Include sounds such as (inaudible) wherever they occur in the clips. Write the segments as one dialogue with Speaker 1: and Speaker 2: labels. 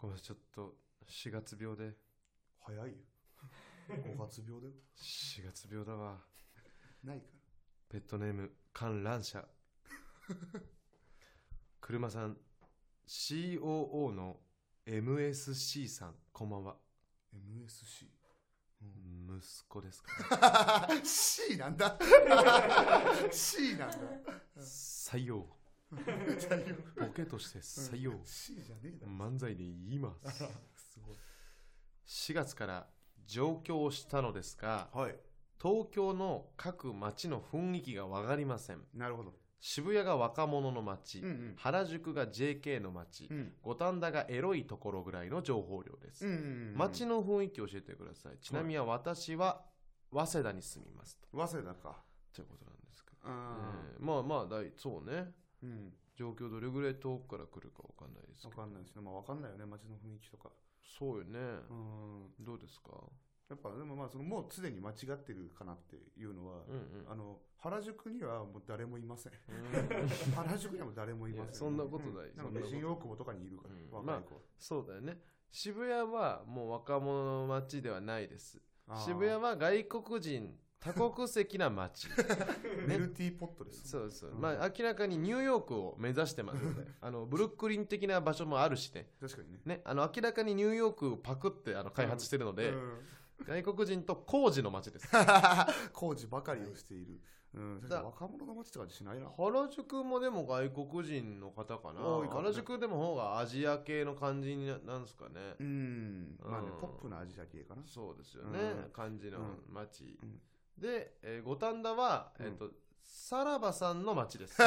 Speaker 1: 俺ちょっと4月病で
Speaker 2: 早いよ。5月病だよ。
Speaker 1: 4月病だわ
Speaker 2: ないから。
Speaker 1: ペットネーム観覧車車さん COO の MSC さんこんばんは
Speaker 2: MSC。
Speaker 1: 息子ですか
Speaker 2: (laughs) C なんだ C なんだ
Speaker 1: 採用ボケとして採用
Speaker 2: C じゃねえだろ
Speaker 1: 漫才で言います
Speaker 2: すごい
Speaker 1: 4月から上京したのですが
Speaker 2: はい
Speaker 1: 東京の各町の雰囲気が分かりません
Speaker 2: なるほど
Speaker 1: 渋谷が若者の街、
Speaker 2: うんうん
Speaker 1: 原宿が JK の街、
Speaker 2: うん
Speaker 1: 五反田がエロいところぐらいの情報量です、
Speaker 2: うんうんうん
Speaker 1: 街の雰囲気教えてくださいちなみに私は早稲田に住みますと
Speaker 2: 早稲田か
Speaker 1: ということなんですけど、
Speaker 2: うん
Speaker 1: えーまあまあだいそうね
Speaker 2: うん
Speaker 1: 状況どれぐらい遠くから来るか分かんないですけ
Speaker 2: 分
Speaker 1: ど
Speaker 2: かんないですねまあ分かんないよね街の雰囲気とか
Speaker 1: そうよね、
Speaker 2: うん
Speaker 1: どうですか
Speaker 2: やっぱでもまあそのもうすでに間違ってるかなっていうのは
Speaker 1: うんうん
Speaker 2: あの原宿にはもう誰もいません
Speaker 1: うん
Speaker 2: 原宿にはもう誰もいません
Speaker 1: いやそんなことない
Speaker 2: うんなんか
Speaker 1: そんなこと
Speaker 2: 新大久保とかにいるか
Speaker 1: うん
Speaker 2: ら若い子
Speaker 1: そうだよね渋谷はもう若者の街ではないです
Speaker 2: あー
Speaker 1: 渋谷は外国人多国籍な
Speaker 2: (laughs)
Speaker 1: 街
Speaker 2: メルティーポットです
Speaker 1: そうそう、
Speaker 2: うん
Speaker 1: まあ明らかにニューヨークを目指してます
Speaker 2: (laughs)
Speaker 1: よねあのブルックリン的な場所もあるしね
Speaker 2: 確かにね
Speaker 1: ねあの明らかにニューヨークをパクってあの開発してるので、
Speaker 2: うん
Speaker 1: 外国人と工事の街です
Speaker 2: (laughs) 工事ばかりをしている。うん、
Speaker 1: だ
Speaker 2: 若者の街とかにしないな。
Speaker 1: 原宿もでも外国人の方かな
Speaker 2: 多いかもね
Speaker 1: 原宿でも方がアジア系の感じにななんですかね、
Speaker 2: うん、まあね
Speaker 1: うん、
Speaker 2: ポップな味だけかな。
Speaker 1: そうですよね、
Speaker 2: うん
Speaker 1: 感じの
Speaker 2: うん
Speaker 1: 街、
Speaker 2: うん
Speaker 1: で、えー五反田は、え
Speaker 2: うん
Speaker 1: っとさらばさんの街
Speaker 2: (laughs)
Speaker 1: です
Speaker 2: 事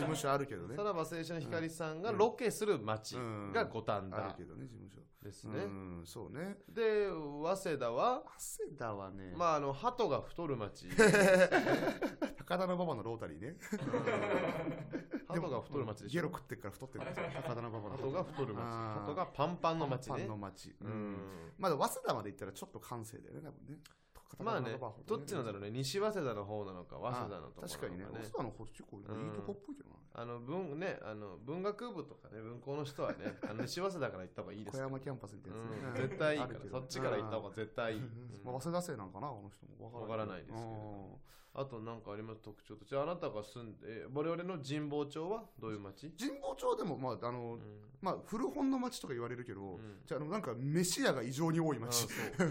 Speaker 2: 務所あるけどね
Speaker 1: さ。らば青春の光さんが
Speaker 2: うん
Speaker 1: ロケする街が五反
Speaker 2: ある
Speaker 1: 田
Speaker 2: けどね、事務所。
Speaker 1: ですね、
Speaker 2: うん、そうね。
Speaker 1: で早稲田は
Speaker 2: 早稲田はね、
Speaker 1: まああの鳩が太る街
Speaker 2: 高田の馬場のロータリーね。
Speaker 1: (laughs) 鳩が太る街でし
Speaker 2: ゲロ
Speaker 1: ょ
Speaker 2: 食ってっから太ってる
Speaker 1: (laughs)
Speaker 2: んですよ高田の馬場の。
Speaker 1: 鳩が太る街
Speaker 2: あー
Speaker 1: 鳩がパンパンの街
Speaker 2: パ
Speaker 1: ね
Speaker 2: ンの街。う。
Speaker 1: うんん
Speaker 2: まだ早稲田まで行ったらちょっと感性だよね、多分ね。
Speaker 1: まあね
Speaker 2: 高田馬場ほ
Speaker 1: どっちなんだ
Speaker 2: ろ
Speaker 1: ろうね西早稲田の方なのか早稲田のところ
Speaker 2: 確かにね、
Speaker 1: なの
Speaker 2: 早稲田の方、結構いいとこっぽいけどな。
Speaker 1: あの文ねあの文学部とかね文校の人は
Speaker 2: (laughs)
Speaker 1: ねあの西早稲田から行った方がいいです
Speaker 2: 小
Speaker 1: よ
Speaker 2: 山キャンパスみたいなやつね
Speaker 1: うん、絶対いいか
Speaker 2: ある
Speaker 1: ら
Speaker 2: けど
Speaker 1: そっちから行った方が絶対いい、
Speaker 2: うん
Speaker 1: う
Speaker 2: ま
Speaker 1: ん
Speaker 2: あ、早稲田生なんかな、この人も。
Speaker 1: わからないですけれどもあと何かあります特徴としてあなたが住んで我々の神保町はどういう町、
Speaker 2: うん神保町でも、まあ、あの、
Speaker 1: うん
Speaker 2: まあ、古本の町とか言われるけど、
Speaker 1: ん
Speaker 2: じゃあ、あの、なんか、飯屋が異常に多い
Speaker 1: あ
Speaker 2: 町
Speaker 1: そう。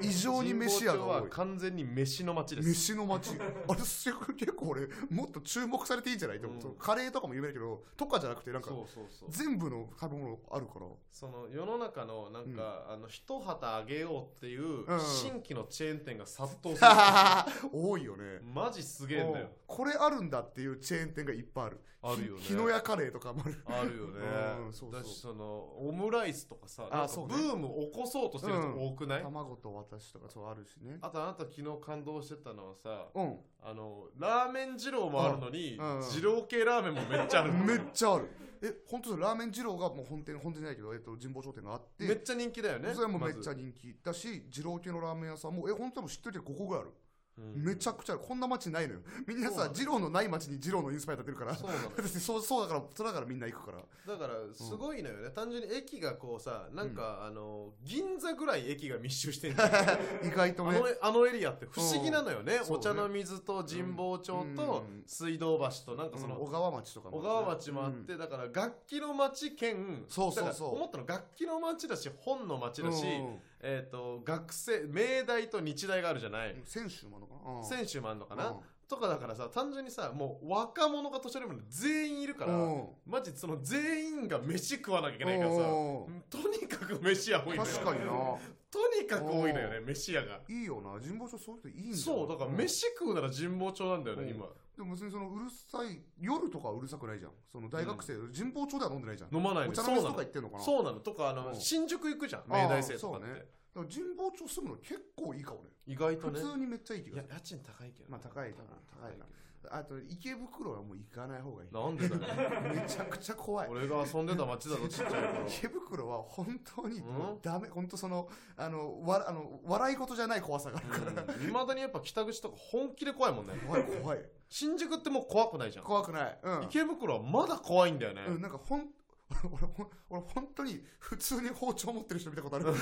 Speaker 2: 異常に飯屋
Speaker 1: 神保町
Speaker 2: が多。
Speaker 1: はい完全に飯の町です
Speaker 2: 飯の町。あれ、すごい結構俺、もっと注目されていいんじゃないと思う。
Speaker 1: うん
Speaker 2: そのカレーとかも有名だけど、とかじゃなくて、なんか
Speaker 1: そ、うそうそう
Speaker 2: 全部の食べ物あるから。
Speaker 1: その世の中のなんか、あの一旗あげようっていう
Speaker 2: うん
Speaker 1: 新規のチェーン店が殺到する、
Speaker 2: (laughs) 多いよね。
Speaker 1: マジすげえ
Speaker 2: (laughs)
Speaker 1: んだよ
Speaker 2: うんこれあるんだっていうチェーン店がいっぱいある。
Speaker 1: あるよね
Speaker 2: ひ日野屋カレーとかもある。
Speaker 1: あるよね
Speaker 2: うんそうそう
Speaker 1: だしそのオムライスとかさ
Speaker 2: あ
Speaker 1: なんか
Speaker 2: そう
Speaker 1: ブ
Speaker 2: ね
Speaker 1: ーム起こそうとしてるやつ多くない、
Speaker 2: 卵と私とかそうあるしね。
Speaker 1: あとあなた昨日感動してたのはさ
Speaker 2: うん。
Speaker 1: あのラーメン二郎もあるのに、
Speaker 2: うんうん
Speaker 1: 二郎系ラーメンもめっちゃある
Speaker 2: め
Speaker 1: め
Speaker 2: っちゃある。え、本当だラーメン二郎がもう本店、本店じゃないけど、えっと、神保商店があって、
Speaker 1: っちゃ人気だよね
Speaker 2: それもめっちゃ
Speaker 1: まず
Speaker 2: 人気だし、二郎系のラーメン屋さんも、え、本当でも知ってるけど5個ぐらいある。
Speaker 1: うん
Speaker 2: めちゃくちゃある。こんな街ないのよ。みんな
Speaker 1: そうな
Speaker 2: さ
Speaker 1: の、
Speaker 2: 二郎のない街に二郎のインスパイア立てるから。
Speaker 1: そうなの
Speaker 2: だってそう、そうだから、それだからみんな行くから。
Speaker 1: だからすごいのよね、単純に駅がこうさなんか、あの銀座ぐらい駅が密集してんじ
Speaker 2: (laughs)
Speaker 1: ゃん
Speaker 2: 意外と
Speaker 1: あ
Speaker 2: ね
Speaker 1: の。あのエリアって不思議なのよね、
Speaker 2: うん
Speaker 1: お茶の水と神保町と
Speaker 2: うん
Speaker 1: 水道橋となんかその、
Speaker 2: うん小川町とかも、
Speaker 1: 小川町もあって、だから楽器の町兼
Speaker 2: そうそ
Speaker 1: だ
Speaker 2: うそう
Speaker 1: から思ったの楽器の町だし本の町
Speaker 2: うん、
Speaker 1: だし、
Speaker 2: うん
Speaker 1: えー、と学生明大と日大があるじゃない、
Speaker 2: 選手もあるのかな。うん
Speaker 1: 選手もあんのかな、
Speaker 2: うん
Speaker 1: とかだからさ単純にさもう若者が年寄りも全員いるから、
Speaker 2: うん
Speaker 1: マジその全員が飯食わなきゃいけないからさ、
Speaker 2: うん
Speaker 1: とにかく飯屋多いのよ
Speaker 2: 確かにな。
Speaker 1: とにかく多いのよね飯屋が
Speaker 2: いいよな。神保町そういう人いいんだよ
Speaker 1: そうだから
Speaker 2: ん
Speaker 1: 飯食うなら神保町なんだよね、
Speaker 2: うん
Speaker 1: 今
Speaker 2: でも別にそのうるさい夜とかはうるさくないじゃんその大学生、神保町では飲んでないじゃん
Speaker 1: 飲まない
Speaker 2: お
Speaker 1: で
Speaker 2: 茶
Speaker 1: そう
Speaker 2: の水
Speaker 1: な
Speaker 2: とか
Speaker 1: の
Speaker 2: 行ってんのかな
Speaker 1: そうなのとかあの、
Speaker 2: うん
Speaker 1: 新宿行くじゃん
Speaker 2: あー
Speaker 1: 明大生とかって、
Speaker 2: そうねだから神保町住むの結構いいかもね
Speaker 1: 意外と
Speaker 2: 普
Speaker 1: ね
Speaker 2: 通にめっちゃいい気
Speaker 1: い
Speaker 2: が
Speaker 1: や
Speaker 2: する
Speaker 1: 家賃高いけど
Speaker 2: まあ高いかな
Speaker 1: 多分
Speaker 2: 高いなあと池袋はもう行かない方がいい
Speaker 1: なんでだよ
Speaker 2: めちゃくちゃ怖い
Speaker 1: 俺が遊んでた街だぞちっちゃい頃
Speaker 2: 池袋は本当に
Speaker 1: うん
Speaker 2: ダメ、本当そのあのわあの笑い事じゃない怖さがあるから、
Speaker 1: いまだにやっぱ北口とか本気で怖いもんね
Speaker 2: 怖い怖い
Speaker 1: 新宿ってもう怖くないじゃん
Speaker 2: 怖くないうん
Speaker 1: 池袋はまだ怖いんだよね、
Speaker 2: うん、なんかほん、 (laughs) 俺ほん俺本当に普通に包丁持ってる人見たこと
Speaker 1: (laughs)
Speaker 2: ある怖い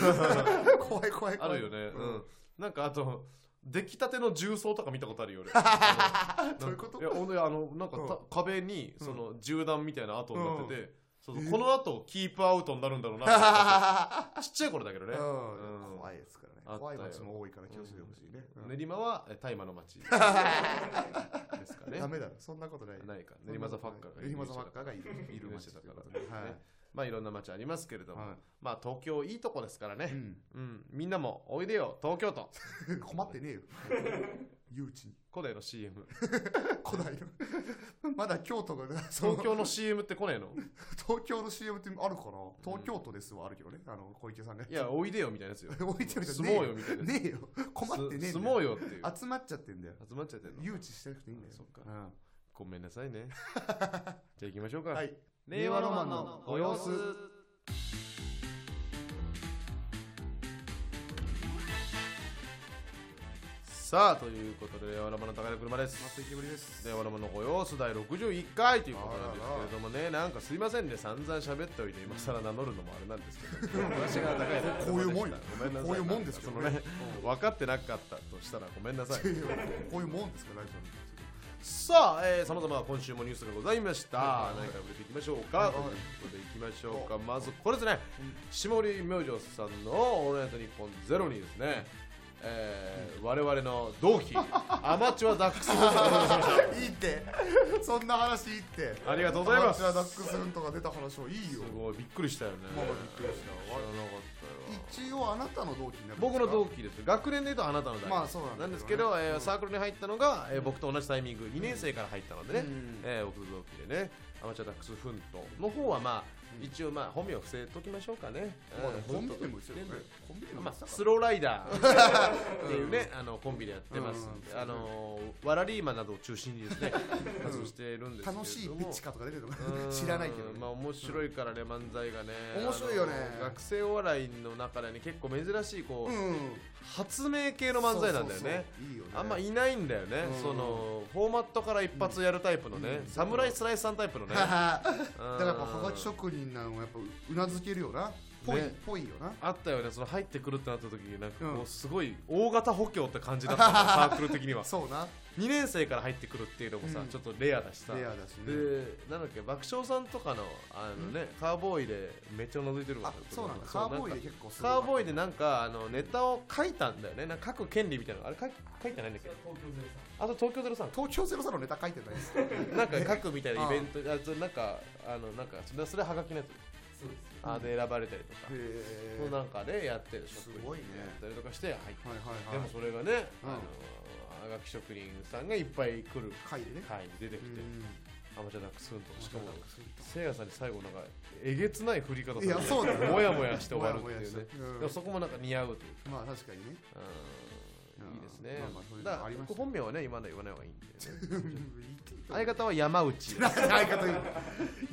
Speaker 2: 怖い怖
Speaker 1: (laughs)
Speaker 2: い
Speaker 1: あるよね、う
Speaker 2: うんん、
Speaker 1: なんかあと出来たての重曹とか見たことあるよ
Speaker 2: (laughs)
Speaker 1: 俺あのなんか
Speaker 2: どういうこと
Speaker 1: いや俺あのなんかた、
Speaker 2: うん
Speaker 1: 壁にその銃弾みたいな跡になってて、そうそう
Speaker 2: え
Speaker 1: この後キープアウトになるんだ
Speaker 2: (laughs)
Speaker 1: ろうなみたいな
Speaker 2: う
Speaker 1: ちっちゃい頃だけどね、
Speaker 2: ん
Speaker 1: うん
Speaker 2: 怖いですからね
Speaker 1: あったよ
Speaker 2: 怖い街も多いから気をつけてほしいね、うん
Speaker 1: 練馬はえ大麻の
Speaker 2: (laughs)
Speaker 1: 街ですかね
Speaker 2: ダメだそんなことない
Speaker 1: ないか練馬ザファッカーが
Speaker 2: 練馬ザファッカーがいるいる
Speaker 1: 有名
Speaker 2: 街
Speaker 1: 者だから
Speaker 2: ということではい
Speaker 1: (laughs) ねまあいろんな街ありますけれども、
Speaker 2: は
Speaker 1: まあ東京いいとこですから
Speaker 2: い、う
Speaker 1: ね、
Speaker 2: ん
Speaker 1: うん、みんなもおいでよ東京都
Speaker 2: 困ってねえよ。誘致に。
Speaker 1: コネの CM
Speaker 2: 来ないよ。 (laughs) まだ京都が、 (laughs)
Speaker 1: (laughs)
Speaker 2: その
Speaker 1: 東京の CM ってコネの
Speaker 2: 東京の CM ってあるかな東京都ですはあるけどね。あの、小池さんが。
Speaker 1: いやおいでよみたいなやつよ
Speaker 2: (laughs) 置いてるけど
Speaker 1: 住
Speaker 2: ねえ
Speaker 1: もうよみたいなやつ
Speaker 2: ねえよ。困ってねえんだ
Speaker 1: す
Speaker 2: よ
Speaker 1: 住もうよっていう
Speaker 2: 集まっちゃってんだよ。
Speaker 1: 集まっちゃってんの
Speaker 2: 誘致してなくていいんだよ。
Speaker 1: あそっか
Speaker 2: うん
Speaker 1: ごめんなさ
Speaker 2: (laughs)
Speaker 1: いねじゃあ行きましょうか、
Speaker 2: はい。
Speaker 1: 令和ロマンのご様子さあということで令和ロマンの高田車です
Speaker 2: 松井木ぶりです。
Speaker 1: 令和ロマンのご様子第61回ということなんですけれどもねなんかすいませんね散々喋っておいて今更名乗るのもあれなんですけど私が高い
Speaker 2: こういうもんよ
Speaker 1: ごめんなさい
Speaker 2: こういうもんですけどね
Speaker 1: そのね分かってなかったとしたらごめんなさい
Speaker 2: いやいや (laughs) こういうもんですから、大丈
Speaker 1: さあ、えー、さまざま今週もニュースがございました、
Speaker 2: はい
Speaker 1: 何から触れていきましょうか、
Speaker 2: はい
Speaker 1: ということでいきましょうかまずこれですね、下降り明星さんの「オールナイトニッポンゼロにですね、えー、我々の同
Speaker 2: (laughs)
Speaker 1: 期アマチュアダックスさ
Speaker 2: 夫。
Speaker 1: (laughs)
Speaker 2: いいって。そんな話いいって。
Speaker 1: んありがとうございます
Speaker 2: アマチュアダッ
Speaker 1: す
Speaker 2: クスフントが出た話はいいよ。
Speaker 1: ごいびっくりしたよね
Speaker 2: まあまあびっくりした
Speaker 1: 知らなかったよ
Speaker 2: 一応あなたの同期になるんですか
Speaker 1: 僕の同期です学年で言うとあなたの代
Speaker 2: まあそうなんだけどね
Speaker 1: ですけど、えー
Speaker 2: うん
Speaker 1: サークルに入ったのが、えー僕と同じタイミング2年生から入ったのでね、
Speaker 2: うん
Speaker 1: えー僕と同期でねアマチュアダックスフントの方はまあ、
Speaker 2: うん
Speaker 1: 一応まあ本名を伏せときましょうかね、
Speaker 2: まあね
Speaker 1: うん
Speaker 2: コンビ名も一緒だよね
Speaker 1: 全部
Speaker 2: コンビ名も
Speaker 1: まあ、
Speaker 2: 一緒だから
Speaker 1: スローライダーっていうね、あのコンビでやってますんで、
Speaker 2: うん
Speaker 1: あのーワラリーマンなどを中心にですね活動してるんですけれども
Speaker 2: 楽しいピッチカとか出てるのか
Speaker 1: うん
Speaker 2: (laughs) 知らないけどね、
Speaker 1: まあ面白いからね、漫才がね
Speaker 2: 面白いよね
Speaker 1: あの学生お笑いの中でね結構珍しいこう、
Speaker 2: うん
Speaker 1: 発明系の漫才なんだよね
Speaker 2: そうそうそういいよね
Speaker 1: あんまいないんだよね、
Speaker 2: うん
Speaker 1: そのフォーマットから一発やるタイプのね、
Speaker 2: うん
Speaker 1: サムライスライスさんタイプのね
Speaker 2: だから
Speaker 1: だ
Speaker 2: やっぱはがき職人なのもやっぱうなずけるよなぽい、
Speaker 1: ね
Speaker 2: ぽいよな
Speaker 1: あったよねその入ってくるってなった時になんかこ
Speaker 2: う
Speaker 1: うんすごい大型補強って感じだ
Speaker 2: (laughs)
Speaker 1: ったのサークル的には
Speaker 2: そうな
Speaker 1: 2年生から入ってくるっていうのもさ、
Speaker 2: うん
Speaker 1: ちょっとレアだしさ
Speaker 2: レアだし
Speaker 1: で
Speaker 2: ね
Speaker 1: なんだっけ爆笑さんとかのあのねカーボーイでめっちゃ覗いてるわ
Speaker 2: あそうなんだカーボーイで
Speaker 1: で
Speaker 2: 結構すごい
Speaker 1: カーボーイでなんかあのネタを書いたんだよねなんか書く権利みたいなのあれ書い書いてないんだっけあと東京03
Speaker 2: 東京ゼロさんのネタ書いてないです
Speaker 1: なんか書くみたいなイベント、あとなんか、あのなんかそれそれはがきのやつ、あで選ばれたりとか、
Speaker 2: へ
Speaker 1: そう
Speaker 2: ー
Speaker 1: なんかでやってる
Speaker 2: すごいね
Speaker 1: やったりとかして入って、
Speaker 2: はいはい
Speaker 1: で
Speaker 2: は
Speaker 1: も
Speaker 2: い
Speaker 1: それがね、
Speaker 2: うん
Speaker 1: あのはがき職人さんがいっぱい来る
Speaker 2: 回でね
Speaker 1: 会に出てき
Speaker 2: う
Speaker 1: て、
Speaker 2: ん
Speaker 1: アマチュアダックスーンとか、しかも
Speaker 2: なんかそういっ
Speaker 1: せいやさんに最後なんかえげつない振り方
Speaker 2: いやそうだね
Speaker 1: もやもやして終わるって
Speaker 2: もやも
Speaker 1: い
Speaker 2: や
Speaker 1: うね
Speaker 2: してうん
Speaker 1: でもそこもなんか似合うというか
Speaker 2: たまあ確かにね
Speaker 1: うんいいですね
Speaker 2: まあまあそういうの
Speaker 1: だか
Speaker 2: あり
Speaker 1: ら
Speaker 2: ました
Speaker 1: 僕本名はね今の言わない方がいいんで
Speaker 2: 相
Speaker 1: 相方は山内です
Speaker 2: 方言う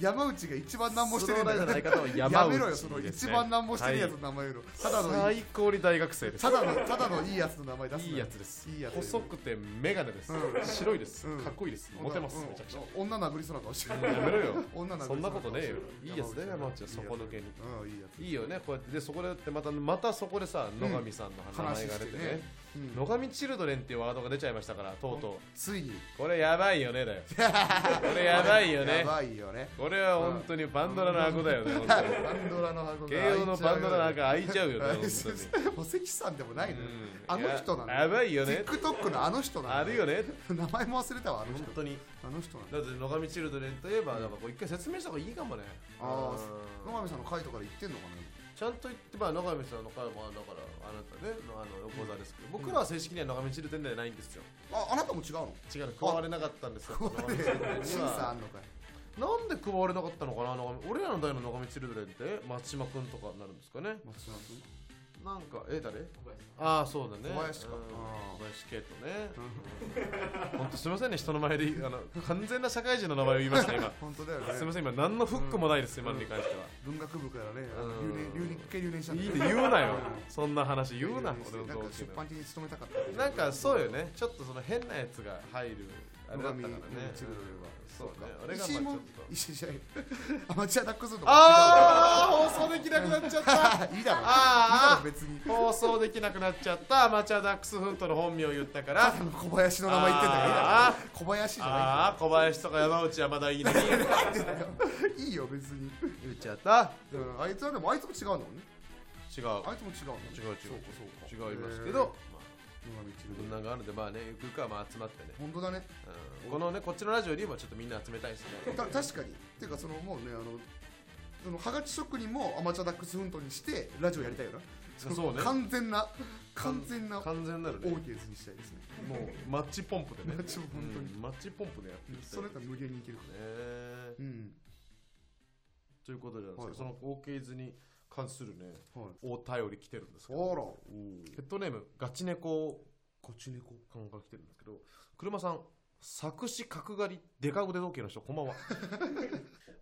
Speaker 2: 山内が一番何もしてねえんだ
Speaker 1: そ
Speaker 2: よ
Speaker 1: の大の相方は
Speaker 2: や
Speaker 1: 山内
Speaker 2: めろよその
Speaker 1: です
Speaker 2: 一
Speaker 1: ね
Speaker 2: 番なんもしてねえやつ
Speaker 1: は
Speaker 2: の
Speaker 1: い
Speaker 2: 名前言うのただのいい
Speaker 1: 最高に大学生です
Speaker 2: ただのただのいいやつの名前出すない
Speaker 1: いやつです
Speaker 2: いいやつ
Speaker 1: 細くて眼鏡です、
Speaker 2: うん
Speaker 1: 白いです、
Speaker 2: うん
Speaker 1: かっこいいですモテます、めちゃくちゃ、
Speaker 2: うん女殴りそうな顔してる
Speaker 1: やめろよ
Speaker 2: (laughs) 女殴り
Speaker 1: そんなことねえよ
Speaker 2: 顔してる
Speaker 1: いいやつだよ山内は
Speaker 2: やつ
Speaker 1: 底抜けに
Speaker 2: うんいいや
Speaker 1: いいよねこうやってでそこでってまたまたそこでさ野上さんの
Speaker 2: つ
Speaker 1: 名
Speaker 2: 話
Speaker 1: 前が
Speaker 2: し
Speaker 1: 出
Speaker 2: て
Speaker 1: てね,、
Speaker 2: ねうん
Speaker 1: 野上チルドレンっていうワードが出ちゃいましたからとうとう
Speaker 2: ついに
Speaker 1: これやばいよねだよ (laughs) これやばいよね
Speaker 2: やばいよ
Speaker 1: (laughs)
Speaker 2: ね
Speaker 1: これは本当にバンドラの顎だよね本当に
Speaker 2: バンドラの箱が
Speaker 1: 慶応のバンドラの顎開いちゃうよね本
Speaker 2: あいつお関さんでもない
Speaker 1: 当に
Speaker 2: のよ
Speaker 1: うん
Speaker 2: あの人なの
Speaker 1: ややばいよね
Speaker 2: TikTok のあの人なの
Speaker 1: あるよね
Speaker 2: (laughs) 名前も忘れたわあの人
Speaker 1: 本当に
Speaker 2: あの人なの
Speaker 1: だって野上チルドレンといえばなんかこう一回説明した方がいいかもね
Speaker 2: あ
Speaker 1: うん
Speaker 2: 野上さんの回とかで言ってんのか
Speaker 1: ちゃんと言ってば野上さんの会はだからあなたねのあの横座ですけど、僕らは正式には野上チルドレンではないんですよ
Speaker 2: なああなたも違う
Speaker 1: (laughs)
Speaker 2: の
Speaker 1: 違うの加われなかったん (laughs) ですよ野上チルドレンに
Speaker 2: 審査あ
Speaker 1: は
Speaker 2: んのかい
Speaker 1: なんで加われなかったのかな野上俺らの代の野上チルドレンって松島君とかになるんですかね
Speaker 2: 松島君
Speaker 1: なんかえ誰ああそうだね
Speaker 2: 小林か
Speaker 1: うん
Speaker 2: あー
Speaker 1: 小林圭とね本当すみませんね人の前であの完全な社会人の名前を言いました今
Speaker 2: 本当だよね
Speaker 1: すみません今何のフックもないです今のに関しては
Speaker 2: 文学部からねあの
Speaker 1: うん
Speaker 2: 留年留年一回留年したんだ
Speaker 1: いい
Speaker 2: よ
Speaker 1: って言うなよそんな話言うな
Speaker 2: 留年して
Speaker 1: 俺
Speaker 2: な
Speaker 1: の
Speaker 2: ん
Speaker 1: 同
Speaker 2: か
Speaker 1: 期
Speaker 2: 出
Speaker 1: の
Speaker 2: 版社に勤めたかった
Speaker 1: なんかそうよねちょっとその変なやつが入るあれだったからね
Speaker 2: うんチルドレンは
Speaker 1: そうね
Speaker 2: か
Speaker 1: 俺がまあ
Speaker 2: 石井
Speaker 1: ちょ
Speaker 2: も
Speaker 1: っと
Speaker 2: 石井じゃないアマチュアダックスと
Speaker 1: ああ放送できなくなっちゃった
Speaker 2: あ (laughs) いいだろ
Speaker 1: あーあー
Speaker 2: いいだろ別に
Speaker 1: 放送できなくなっちゃったアマチュアダックスフントの本名を言ったから
Speaker 2: 多分小林の名前言ってんだからいいだ
Speaker 1: あ
Speaker 2: ろ小林じゃ
Speaker 1: ああ小林とか山内山田いいのに
Speaker 2: ないいいよ別に
Speaker 1: 言っちゃった
Speaker 2: うんあいつはでもあいつも違うんだもんね
Speaker 1: 違う
Speaker 2: あいつも違うんだ
Speaker 1: 違う違う
Speaker 2: そうかそうか
Speaker 1: 違いますけど、ま
Speaker 2: えー野上チ
Speaker 1: あ、
Speaker 2: ルド
Speaker 1: 分
Speaker 2: レン
Speaker 1: 断があるのでまあねゆくゆくはまあ集まってね、
Speaker 2: 本当だね
Speaker 1: うん、このねこっちのラジオにもちょっとみんな集めたいですね
Speaker 2: た確かにていうかそのもうねあのそのハガキ職人もアマチュアダックスフントにしてラジオやりたいよな
Speaker 1: そうね
Speaker 2: 完全な完全なオー
Speaker 1: 完全なる
Speaker 2: ケ
Speaker 1: ね
Speaker 2: ーズにしたいですね
Speaker 1: もうマッチポンプで
Speaker 2: (laughs)
Speaker 1: ね
Speaker 2: マッチポンプ本当に
Speaker 1: うんマッチポンプでやっていきたい
Speaker 2: それだったら無限にいけるか
Speaker 1: ねえ
Speaker 2: らうん
Speaker 1: ということじゃないですか、
Speaker 2: はい
Speaker 1: その OK 図に関するね
Speaker 2: はい
Speaker 1: お便り来てるんですけど
Speaker 2: あら
Speaker 1: ペットネームガチ猫
Speaker 2: ガチ猫
Speaker 1: さんから来てるんですけど車さん作詞角刈りデカ腕時計の人こん
Speaker 2: (laughs)
Speaker 1: ばんは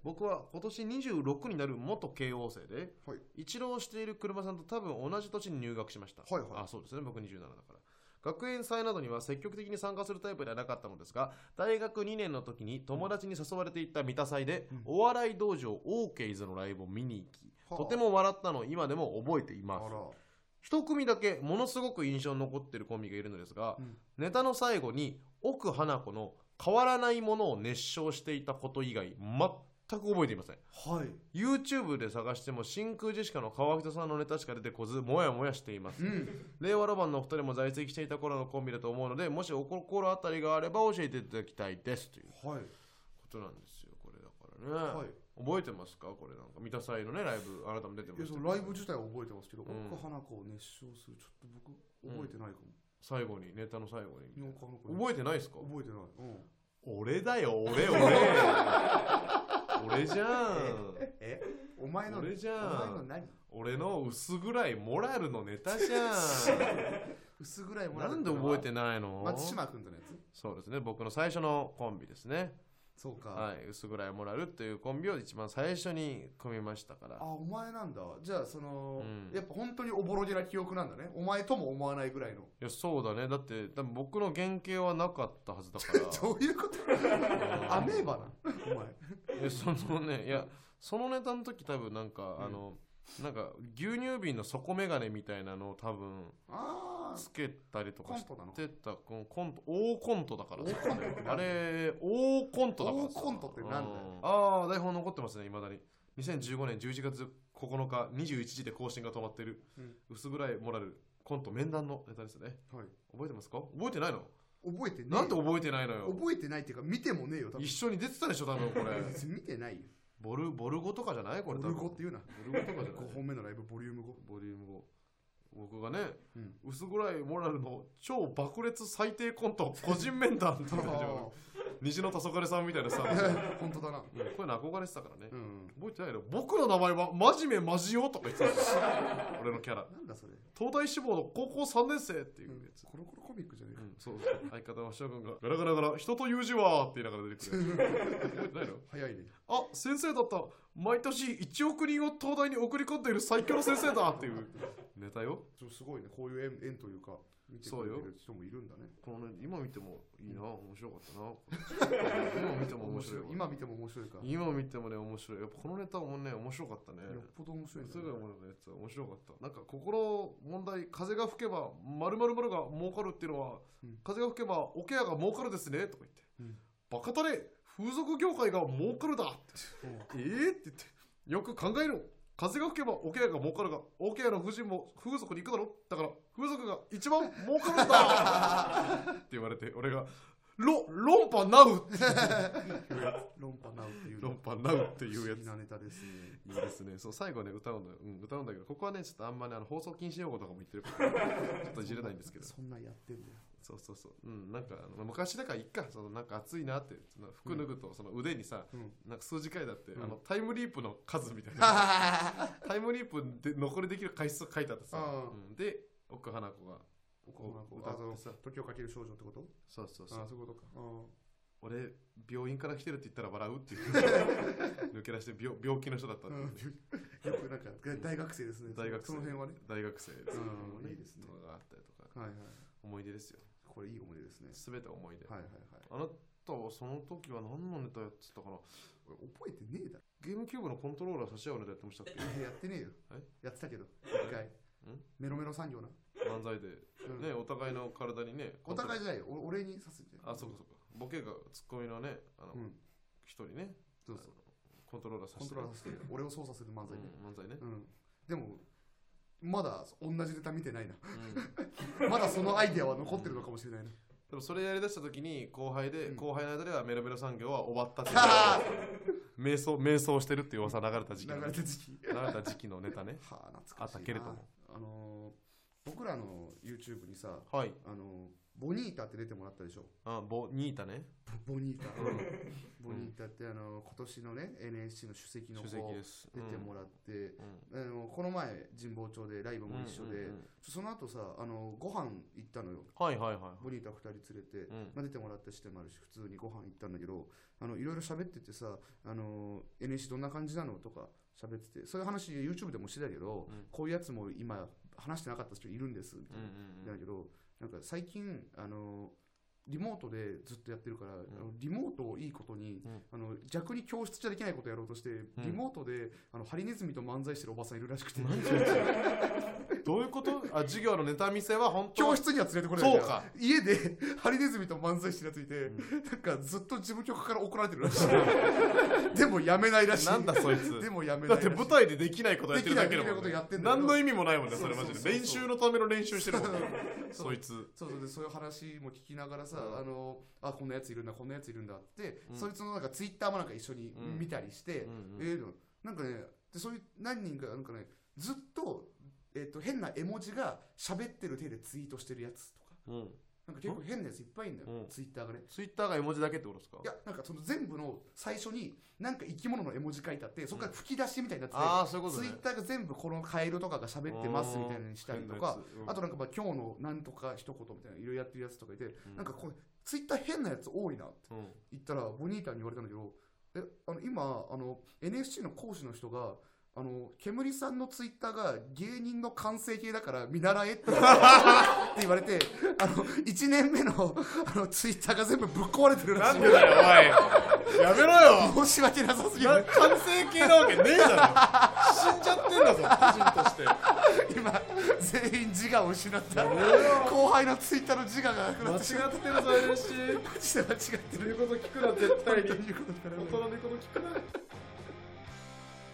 Speaker 1: 僕は今年26になる元慶応生で、
Speaker 2: はい
Speaker 1: 一浪している車さんと多分同じ年に入学しました、
Speaker 2: はいはい
Speaker 1: あそうですね僕27だから学園祭などには積極的に参加するタイプではなかったのですが大学2年の時に友達に誘われていった三田祭で、
Speaker 2: うん
Speaker 1: お笑い道場オーケイズのライブを見に行き、
Speaker 2: はあ
Speaker 1: とても笑ったのを今でも覚えてい
Speaker 2: あ
Speaker 1: ます
Speaker 2: ら
Speaker 1: 一組だけものすごく印象に残ってるコンビがいるのですが、
Speaker 2: うん
Speaker 1: ネタの最後に奥花子の変わらないものを熱唱していたこと以外全く覚えていません
Speaker 2: はい
Speaker 1: YouTube で探しても真空ジェシカの川北さんのネタしか出てこずもやもやしています
Speaker 2: うん
Speaker 1: 令和ロマンのお二人も在籍していた頃のコンビだと思うのでもしお心当たりがあれば教えていただきたいですという
Speaker 2: はい
Speaker 1: ことなんですよこれだからね、
Speaker 2: はい
Speaker 1: 覚えてますかこれなんか三田祭のねライブあなたも出てま
Speaker 2: いや
Speaker 1: し
Speaker 2: そ
Speaker 1: たけ
Speaker 2: の
Speaker 1: ど
Speaker 2: ライブ自体は覚えてますけど、
Speaker 1: うん
Speaker 2: 奥花子を熱唱するちょっと僕覚えてないかも、
Speaker 1: 最後にネタの最後に
Speaker 2: 日本花子
Speaker 1: 覚えてないですか
Speaker 2: 覚えてない、うん、
Speaker 1: 俺だ
Speaker 2: (laughs)
Speaker 1: よ俺俺俺じゃん
Speaker 2: えお前の
Speaker 1: 俺じゃん
Speaker 2: お前の何
Speaker 1: 俺の薄暗いモラルのネタじ
Speaker 2: (laughs)
Speaker 1: ゃ
Speaker 2: 薄暗い
Speaker 1: ん
Speaker 2: も
Speaker 1: なんで覚えてないの
Speaker 2: 松島君とのやつ
Speaker 1: そうですね僕の最初のコンビですね
Speaker 2: そうか、
Speaker 1: はい薄暗いモラルっていうコンビを一番最初に組みましたから
Speaker 2: あお前なんだじゃあその、
Speaker 1: うん
Speaker 2: やっぱ本当におぼろげな記憶なんだねお前とも思わないぐらいの
Speaker 1: いやそうだねだって多分僕の原型はなかったはずだから
Speaker 2: どういうこと (laughs) アメーバなお前
Speaker 1: いやそのねいやそのネタの時多分なんか、
Speaker 2: うん
Speaker 1: あのなんか牛乳瓶の底眼鏡みたいなのを多分
Speaker 2: ああ
Speaker 1: つけたりとか
Speaker 2: コン
Speaker 1: して
Speaker 2: トなの
Speaker 1: てたこのコント大コントだから
Speaker 2: 大コントって何
Speaker 1: あれ大コントだから
Speaker 2: 大コントってなんだよ
Speaker 1: うんああ台本残ってますねいまだに2015年11月9日21時で更新が止まってる、
Speaker 2: うん
Speaker 1: 薄暗いモラルコント面談のネタですね
Speaker 2: はい
Speaker 1: 覚えてますか覚えてないの
Speaker 2: 覚えてねえ
Speaker 1: なんで覚えてないのよ
Speaker 2: 覚えてないっていうか見てもねえよ多分
Speaker 1: 一緒に出てたでしょ多分これ
Speaker 2: 見てないよ
Speaker 1: ボルボル語とかじゃないこ
Speaker 2: ボ
Speaker 1: れ
Speaker 2: リ
Speaker 1: 多分
Speaker 2: ューム5っていうな
Speaker 1: ボル語とかじゃない
Speaker 2: 5本目のライブボリューム5
Speaker 1: ボリューム5僕がね、
Speaker 2: うん
Speaker 1: 薄暗いモラルの超爆裂最低コント個人面談っ
Speaker 2: (laughs)
Speaker 1: て言ってたでしょ虹の黄昏さんみたいなさ、
Speaker 2: 本当だな
Speaker 1: うんこういうの憧れてたからね、
Speaker 2: うん
Speaker 1: 覚えてないの僕の名前はマジめマジよとか言ってたんですよ俺のキャラ
Speaker 2: なんだそれ、
Speaker 1: 東大志望の高校3年生っていううんやつ、
Speaker 2: コロコロコミックじゃねえ
Speaker 1: う
Speaker 2: か、
Speaker 1: んそうそう相方の翔くんがガラガラガラ人と言う字はって言いながら出てくる覚えてないの
Speaker 2: 早いね
Speaker 1: あ先生だった毎年1億人を東大に送り込んでいる最強の先生だっていうネタよ
Speaker 2: ちょすごいねこういう縁縁というか見てくれてる人もいるんだね
Speaker 1: このね今見てもいいな面白か
Speaker 2: (laughs)
Speaker 1: ったな今見ても面白いわ
Speaker 2: 今見ても面白いか
Speaker 1: 今見てもね面白いやっぱこのネタもね面白かったね
Speaker 2: よっぽど面白いんだ
Speaker 1: す
Speaker 2: ね
Speaker 1: ぐもののやつは面白かったなんか心問題風が吹けばまるまるが儲かるっていうのは、
Speaker 2: うん
Speaker 1: 風が吹けばおケアが儲かるですねとか言って、
Speaker 2: うん
Speaker 1: バカだね風俗業界が儲かるだって
Speaker 2: うん
Speaker 1: えー、って言ってよく考えろ風が吹けばおケアが儲かるがおケアの夫人も風俗に行くだろだから風俗が一番儲かるんだって言われて俺が「ロ論破ナウ!」って
Speaker 2: 論破なうっていう
Speaker 1: 論破ナウっていうや
Speaker 2: 不思議
Speaker 1: つ
Speaker 2: なネタですね
Speaker 1: いいですね。そう、最後ね、歌うの、うん、歌うんだけど、ここはね、ちょっとあんまね、あの放送禁止用語とかも言ってるから、ちょっといじれないんですけど。
Speaker 2: そんなやってんだよ
Speaker 1: そうそうそう。うん、なんか、あの昔だからいっか、そのなんか暑いなって、その服脱ぐと、その腕にさ、
Speaker 2: うん
Speaker 1: なんか数字書いてあって、
Speaker 2: うん
Speaker 1: あの、タイムリープの数みたいな。
Speaker 2: (laughs)
Speaker 1: タイムリープで残りできる回数書いてあってさ、
Speaker 2: う
Speaker 1: うん、で、奥花子が、
Speaker 2: こう
Speaker 1: 歌
Speaker 2: あ
Speaker 1: っ
Speaker 2: の
Speaker 1: てさ、
Speaker 2: 時をかける少女ってこと
Speaker 1: そうそうそ
Speaker 2: あ
Speaker 1: う
Speaker 2: あ。そういうことか
Speaker 1: 俺、病院から来てるって言ったら笑うって
Speaker 2: (laughs)
Speaker 1: いう。抜け出して病病気の人だったっていうね、
Speaker 2: うん (laughs) よくなんか大学生ですね
Speaker 1: 大学生
Speaker 2: その辺はね
Speaker 1: 大学生です、
Speaker 2: うんいいですね
Speaker 1: とかがあったりとか
Speaker 2: はいはい
Speaker 1: 思い出ですよ
Speaker 2: これいい思い出ですね
Speaker 1: 全て思い出、
Speaker 2: はいはいはい
Speaker 1: あのたわその時は何のネタやってたかな
Speaker 2: 俺覚えてねえだ
Speaker 1: ゲームキューブのコントローラー差し合うネタやってましたっけ
Speaker 2: ろ。やってねえよ
Speaker 1: え。
Speaker 2: やってたけど、一回。メロメロ産業な。
Speaker 1: 漫才で、
Speaker 2: うん
Speaker 1: ね、お互いの体にね
Speaker 2: お互い
Speaker 1: い
Speaker 2: じゃないよ。お俺に刺すんじゃん。
Speaker 1: あそうかそうかボケがツッコミのねあの、
Speaker 2: うん。
Speaker 1: 人にね
Speaker 2: そうそう。
Speaker 1: コントローラーさ
Speaker 2: コン
Speaker 1: せ
Speaker 2: ト
Speaker 1: て
Speaker 2: ローラーさせて、俺を操作する漫才ね。
Speaker 1: うん漫才ね、
Speaker 2: うん。でも、まだ同じネタ見てないな。
Speaker 1: うん
Speaker 2: まだそのアイデアは残ってるのかもしれないな。
Speaker 1: でもそれやりだした時に後輩で、
Speaker 2: うん
Speaker 1: 後輩の間ではメロメロ産業は終わったっていう
Speaker 2: (laughs) は
Speaker 1: 瞑想瞑想してるっていう噂流れた時期
Speaker 2: 流
Speaker 1: の
Speaker 2: れた時期。
Speaker 1: 流れた時期のネタね
Speaker 2: はあ、懐かしいな。
Speaker 1: あったけれども。
Speaker 2: あのー、僕らの YouTube にさ、
Speaker 1: はい
Speaker 2: あのー、ボニータって出てもらったでしょ。
Speaker 1: あボニータね
Speaker 2: ボボニータ。
Speaker 1: うん
Speaker 2: ボニータってあのー今年のね、NSC の主席の
Speaker 1: 主
Speaker 2: 子
Speaker 1: 席です
Speaker 2: 出ても
Speaker 1: ら
Speaker 2: らって、
Speaker 1: うん
Speaker 2: あのこの前神保町でライブも一緒で、
Speaker 1: うんうんうん
Speaker 2: ちょその後さあのご飯行ったのよ
Speaker 1: はいはいは
Speaker 2: ボニータ2人連れて
Speaker 1: い、、うん
Speaker 2: まあ、出てもらったしてもあるし普通にご飯行ったんだけどあのいろいろ喋っててさあの NSC どんな感じなのとか喋っててそういう話 YouTube でもしてたけど、
Speaker 1: うん
Speaker 2: こういうやつも今話してなかった人いるんですみたいな
Speaker 1: うんうんう
Speaker 2: だ
Speaker 1: ん
Speaker 2: けどなんか最近あのリモートでずっとやってるから、あのリモートをいいことに、
Speaker 1: うん
Speaker 2: あの逆に教室じゃできないことをやろうとして、リモートであのハリネズミと漫才してるおばさんいるらしくて、
Speaker 1: 何それどういうことあ授業のネタ見せは本当
Speaker 2: (laughs) 教
Speaker 1: は
Speaker 2: 室には連れてこれないから
Speaker 1: そうか
Speaker 2: 家で (laughs) ハリネズミと漫才してるやついて、
Speaker 1: ん
Speaker 2: なんかずっと事務局から怒られてるらし
Speaker 1: (laughs)
Speaker 2: いでもやめないらしい
Speaker 1: なんだそいつ
Speaker 2: でもやめな
Speaker 1: だ
Speaker 2: い
Speaker 1: って舞台でできないことやってるだけだ
Speaker 2: できない
Speaker 1: もん,、
Speaker 2: できないことやってんだけど
Speaker 1: 何の意味もないもんねそれマジ
Speaker 2: そうそうそうそう
Speaker 1: で練習のための練習してるもんね
Speaker 2: (laughs) そう
Speaker 1: (laughs) そいつ
Speaker 2: そうそうでそういう話も聞きながらさ、
Speaker 1: うん
Speaker 2: あのあこんなやついるんだこんなやついるんだって、
Speaker 1: うん
Speaker 2: そいつのなんかツイッターもなんか一緒に
Speaker 1: うん
Speaker 2: 見たりして、
Speaker 1: うんうん
Speaker 2: えーでもなんかねでそういう何人かなんかねずっと,、えっと変な絵文字が喋ってる手でツイートしてるやつとか
Speaker 1: うん
Speaker 2: なんか結構変なやついっぱいいるんだよ、
Speaker 1: うん
Speaker 2: ツイッターがね
Speaker 1: ツイッターが絵文字だけってことですか
Speaker 2: いやなんかその全部の最初になんか生き物の絵文字書いてあってそこから吹き出しみたいになってて、
Speaker 1: ああそういうこと
Speaker 2: ツ
Speaker 1: ね
Speaker 2: イッターが全部このカエルとかが喋ってますみたいなのにしたりとか、あと
Speaker 1: な
Speaker 2: なんかまあ今日のなんとか一言みたいないろいろやってるやつとかいて、
Speaker 1: ん
Speaker 2: なんかこれツイッター変なやつ多いなって
Speaker 1: うんうん
Speaker 2: 言ったらボニータに言われたんだけどえあの今あの NSC の講師の人があの煙さんのツイッターが芸人の完成形だから見習えってって言われてあの1年目のあのツイッターが全部ぶっ壊れてるらし
Speaker 1: な
Speaker 2: い
Speaker 1: んでだよおいやめろよ
Speaker 2: 申し訳なさすぎ
Speaker 1: な
Speaker 2: る
Speaker 1: 完成形なわけねえだろ死んじゃってんだぞ個人として
Speaker 2: 今全員自我を失った
Speaker 1: やめろ
Speaker 2: 後輩のツイッターの自我がなくなって
Speaker 1: 間違ってるぞ n し
Speaker 2: マジで間違って
Speaker 1: 言う
Speaker 2: る
Speaker 1: こと聞くな絶対に大人
Speaker 2: 本当に言うこと聞かない
Speaker 1: の言うこと聞くな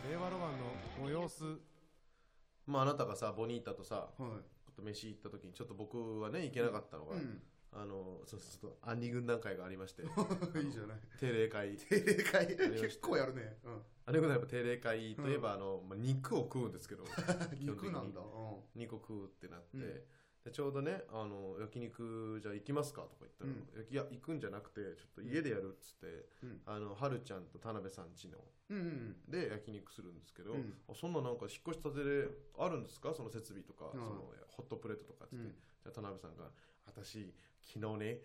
Speaker 3: 令和ロマンのご様子
Speaker 1: まああなたがさボニータとさ
Speaker 2: は
Speaker 1: ちょっと飯行った時にちょっと僕はね行けなかったの
Speaker 2: い、
Speaker 1: が、
Speaker 2: う
Speaker 1: あのそうそうちょっとアンニ軍団会がありまして (laughs)
Speaker 2: ん、いいじゃ (laughs) ない
Speaker 1: 定例会
Speaker 2: 定例会
Speaker 1: ました
Speaker 2: 結構やるね、うん、
Speaker 1: アンニ軍団やっぱ定例会といえば、あのまあ、肉を食うんですけど (laughs) 基本的
Speaker 2: 肉
Speaker 1: に
Speaker 2: なんだ、う
Speaker 1: 肉食うってなって、
Speaker 2: うん
Speaker 1: でちょうどねあの焼肉じゃあ行きますかとか言ったら、
Speaker 2: う
Speaker 1: いや行くんじゃなくてちょっと家でやるっつって、
Speaker 2: うん
Speaker 1: あのはるちゃんと田辺さんちの
Speaker 2: ん、うんうん
Speaker 1: で焼肉するんですけど、
Speaker 2: うん
Speaker 1: あそんななんか引っ越したてであるんですかその設備とか、
Speaker 2: う
Speaker 1: そ
Speaker 2: ん
Speaker 1: のホットプレートとかっつって、
Speaker 2: うん
Speaker 1: じゃあ田辺さんが「私昨日ね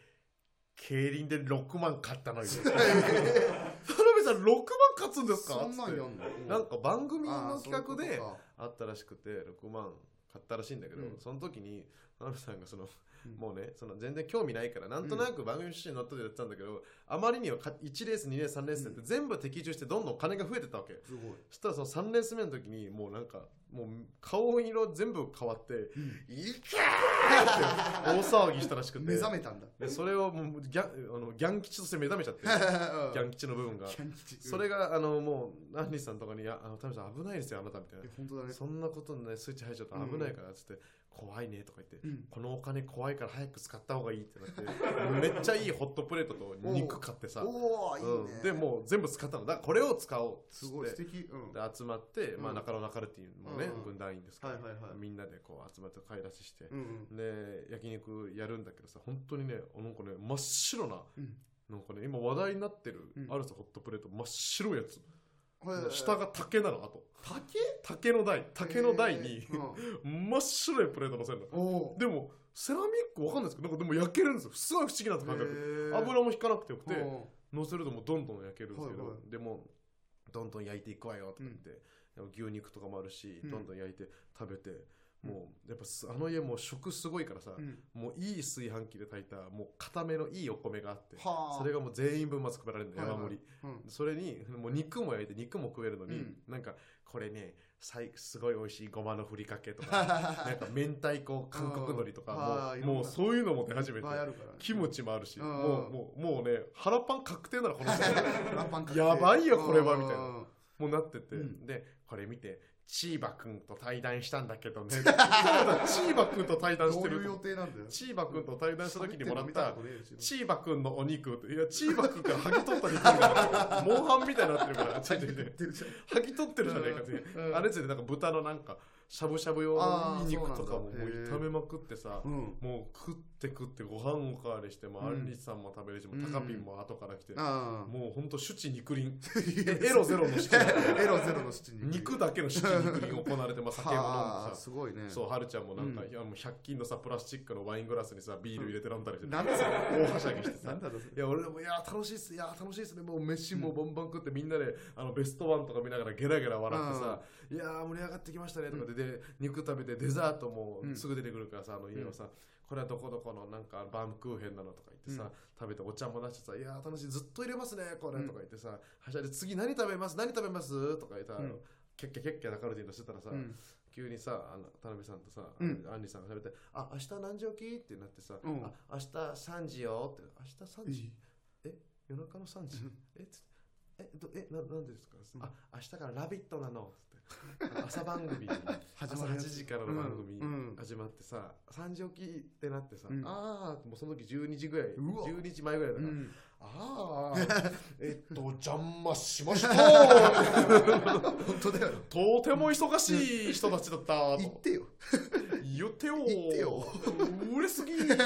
Speaker 1: 競輪で6万買ったのよ」田辺さん6万勝つん (laughs) ですか
Speaker 2: そんなんや
Speaker 1: つって
Speaker 2: ん
Speaker 1: な
Speaker 2: の
Speaker 1: んか番組の企画
Speaker 2: あーそういう
Speaker 1: で
Speaker 2: ことか
Speaker 1: あったらしくて6万買ったらしいんだけど、
Speaker 2: うん
Speaker 1: その時に田辺さんがその、
Speaker 2: うん
Speaker 1: もうねその全然興味ないからなんとなく番組趣旨に乗っててやってたんだけど、あまりにはか1レース2レース3レースってやって全部的中してどんどん金が増えてったわけ
Speaker 2: すごい
Speaker 1: そしたらその3レース目の時にもうなんかもう顔色全部変わって「いけー!」って大騒ぎしたらしくて
Speaker 2: 目覚めたんだ
Speaker 1: でそれをもうギャンあのギャン吉として目覚めちゃってギャン吉の部分が
Speaker 2: キャン吉
Speaker 1: それがあのもうアンリさんとかに「いやあの田辺さん危ないですよあなた」みたいな
Speaker 2: え本当だね
Speaker 1: そんなことね、スイッチ入っちゃったら危ないからっつって、怖いねとか言って、
Speaker 2: うん
Speaker 1: このお金怖いから早く使った方がいいってなって、めっちゃいいホットプレートと肉買ってさ、
Speaker 2: おおいいね、
Speaker 1: うんでもう全部使ったのだからこれを使おうっつ
Speaker 2: す
Speaker 1: っ
Speaker 2: ごい素
Speaker 1: て。
Speaker 2: 敵うん
Speaker 1: で集まって、まあ、
Speaker 2: うん
Speaker 1: 中野中るっていうのもね、
Speaker 2: うんうん
Speaker 1: 軍団員ですから、
Speaker 2: はいはいはい
Speaker 1: みんなでこう集まって買い出しして、
Speaker 2: うんうん
Speaker 1: で焼肉やるんだけどさ本当にねなんかね真っ白な、
Speaker 2: うん
Speaker 1: なんかね今話題になってる、
Speaker 2: うん
Speaker 1: あるさホットプレート真っ白いやつ、
Speaker 2: これ
Speaker 1: 下が竹なのあと
Speaker 2: 竹
Speaker 1: 竹の台竹の台に、
Speaker 2: えー
Speaker 1: (laughs)
Speaker 2: うん
Speaker 1: 真っ白いプレート乗せるの
Speaker 2: おお
Speaker 1: でもセラミックわかんないですけどなんかでも焼けるんですよすごい不思議な感覚、油も引かなくてよくて乗せるともうどんどん焼けるんですけど、
Speaker 2: はいは
Speaker 1: でもどんどん焼いていくわよとか言って、でも牛肉とかもあるし、
Speaker 2: うん
Speaker 1: どんどん焼いて食べてもうやっぱすあの家もう食すごいからさ、
Speaker 2: うん
Speaker 1: もういい炊飯器で炊いたもう固めのいいお米があって
Speaker 2: はあ
Speaker 1: それがもう全員分まず配られるんだよ
Speaker 2: はいはい
Speaker 1: 山盛り (laughs)
Speaker 2: うん
Speaker 1: それにもう肉も焼いて肉も食えるのに、
Speaker 2: うん
Speaker 1: なんかこれねさいすごい美味しいごまのふりかけと
Speaker 2: (laughs)
Speaker 1: かなんか明太子韓国海苔と
Speaker 2: うん
Speaker 1: か
Speaker 2: あーい
Speaker 1: もうん
Speaker 2: ろ
Speaker 1: も
Speaker 2: な
Speaker 1: うそういうのも出始
Speaker 2: い
Speaker 1: め
Speaker 2: ってぱいあるから
Speaker 1: キムチもあるし
Speaker 2: う
Speaker 1: も
Speaker 2: ん
Speaker 1: うもうもうね腹パン確定ならこの人
Speaker 2: (laughs) ラパン買って
Speaker 1: やばいよこれはみたいな
Speaker 2: うん
Speaker 1: もうなってて、
Speaker 2: うん
Speaker 1: でこれ見てチーバくんと対談したんだけどね (laughs) そうだチーバくんと対談
Speaker 2: ど
Speaker 1: し
Speaker 2: う
Speaker 1: て
Speaker 2: いう
Speaker 1: る
Speaker 2: 予定なんだよ
Speaker 1: チーバくんと対談した時にもらった
Speaker 2: 喋ってるの見たことねえし
Speaker 1: チーバくんのお肉いやチーバくんから剥ぎ取った肉
Speaker 2: (laughs)
Speaker 1: がモンハンみたいになってるからちょいちょいちょい
Speaker 2: 言ってるじゃん
Speaker 1: 剥ぎ取ってるじゃないかって、
Speaker 2: うん
Speaker 1: あれですよねなんか豚のなんかしゃぶしゃぶ用のいい肉とかももう
Speaker 2: あーそうなんだ
Speaker 1: 炒めまくってさ
Speaker 2: うん
Speaker 1: もう食って食ってご飯おかわりしても、
Speaker 2: うん
Speaker 1: アンリさんも食べるしもうタカピンも後から来て、
Speaker 2: あ
Speaker 1: もうほんと種地肉林
Speaker 2: あ
Speaker 1: エロゼロの式
Speaker 2: (laughs) エロゼロの七人
Speaker 1: 肉だけの式肉林行われてまあ酒も飲ん
Speaker 2: はあ
Speaker 1: でさ
Speaker 2: すごいね
Speaker 1: そうはるちゃんもなんか、
Speaker 2: うん
Speaker 1: いやもう100均のさプラスチックのワイングラスにさビール入れて飲んだりして、
Speaker 2: なんだそれ
Speaker 1: 大はしゃぎしてさ
Speaker 2: なんだろうそれ
Speaker 1: いや俺もいや楽しいっすいや楽しいっすねもう飯もバンバン食って、みんなであのベストワンとか見ながらゲラゲラ笑ってさ、いやー盛り上がってきましたねとかで,、で肉食べてデザートも
Speaker 2: うん
Speaker 1: すぐ出てくるからさ、あの家はさ、これはどこどこのなんかバームクーヘンなのとか言ってさ、
Speaker 2: うん
Speaker 1: 食べてお茶も出してさ「いやー楽しいずっと入れますねこれ」とか言ってさ「はしゃいで次何食べます何食べます?」とか言ったら、
Speaker 2: うん
Speaker 1: キャッキャキャッキャ中野人としてたらさ、
Speaker 2: うん
Speaker 1: 急にさあの田辺さんとさ、
Speaker 2: うん
Speaker 1: あん、アンリさんが喋って「あ明日何時起き?」ってなってさ「
Speaker 2: うん
Speaker 1: あ明日3時よ」って「明日3時、え夜中の3時えつえどえななんでですか、
Speaker 2: うん
Speaker 1: あ明日から「ラビット!」なのつって朝番組 (laughs) 朝
Speaker 2: まるやつ
Speaker 1: 8時からの番組
Speaker 2: うんうん
Speaker 1: 始まってさ、3時起きってなってさ、
Speaker 2: うん
Speaker 1: ああもうその時12時ぐらい
Speaker 2: わ
Speaker 1: 12時前ぐらいだ
Speaker 2: う
Speaker 1: から、
Speaker 2: ん
Speaker 1: あ (laughs) あえっと邪魔しました
Speaker 2: 本当だよ
Speaker 1: (laughs) とても忙しい人たちだった
Speaker 2: 言
Speaker 1: と
Speaker 2: ってよ
Speaker 1: 言ってよ
Speaker 2: 言ってよ
Speaker 1: 売れすぎ中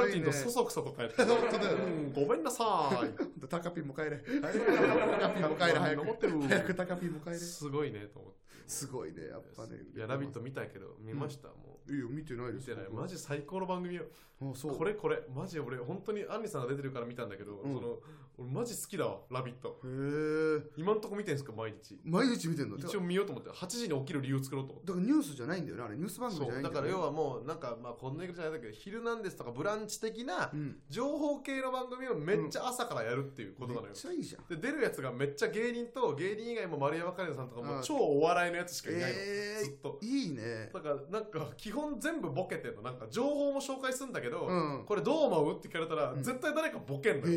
Speaker 1: 野人とそそくさと帰 (laughs) って、
Speaker 2: 本当だよ
Speaker 1: うんごめんなさ (laughs)
Speaker 2: タカピンも帰れ
Speaker 1: い
Speaker 2: タカピンも帰れ早
Speaker 1: 残っ
Speaker 2: く
Speaker 1: てる
Speaker 2: 早くタカピンも帰れ
Speaker 1: すごいねと思って
Speaker 2: すごいねやっぱね
Speaker 1: いや「ラビット!」見たけど見ました、も
Speaker 2: いいよ見てないうで
Speaker 1: 見
Speaker 2: す
Speaker 1: てないマジ最高の番組よ
Speaker 2: あそう
Speaker 1: これこれマジ俺本当にアンリさんが出てるから見たんだけど、
Speaker 2: うん
Speaker 1: その俺マジ好きだわ「ラビット!
Speaker 2: へえ」
Speaker 1: 今んとこ見てんすか毎日
Speaker 2: 毎日見てんの
Speaker 1: 一応見ようと思って8時に起きる理由作ろうと思って
Speaker 2: だからニュースじゃないんだよねあれニュース番
Speaker 1: そ
Speaker 2: 組じゃな
Speaker 1: う
Speaker 2: いんだ
Speaker 1: だ
Speaker 2: よ、ね、
Speaker 1: から要はもうなんかまあこんな言い方じゃないんだけど「ヒルナンデス」とか「ブランチ」的な
Speaker 2: うん
Speaker 1: 情報系の番組をめっちゃ朝からやるっていうことなの
Speaker 2: め
Speaker 1: よ
Speaker 2: っ、ちゃいいじゃん
Speaker 1: で出るやつがめっちゃ芸人と芸人以外も丸山桂里奈さんとかも
Speaker 2: あー
Speaker 1: 超お笑いのやつしかいないの、
Speaker 2: え
Speaker 1: ずっと
Speaker 2: ー、いいね
Speaker 1: だからなんか基本全部ボケてんのなんか情報も紹介するんだけど、
Speaker 2: うん
Speaker 1: これどう思うって聞かれたら
Speaker 2: うん
Speaker 1: 絶対誰かボケん
Speaker 2: へえ
Speaker 1: の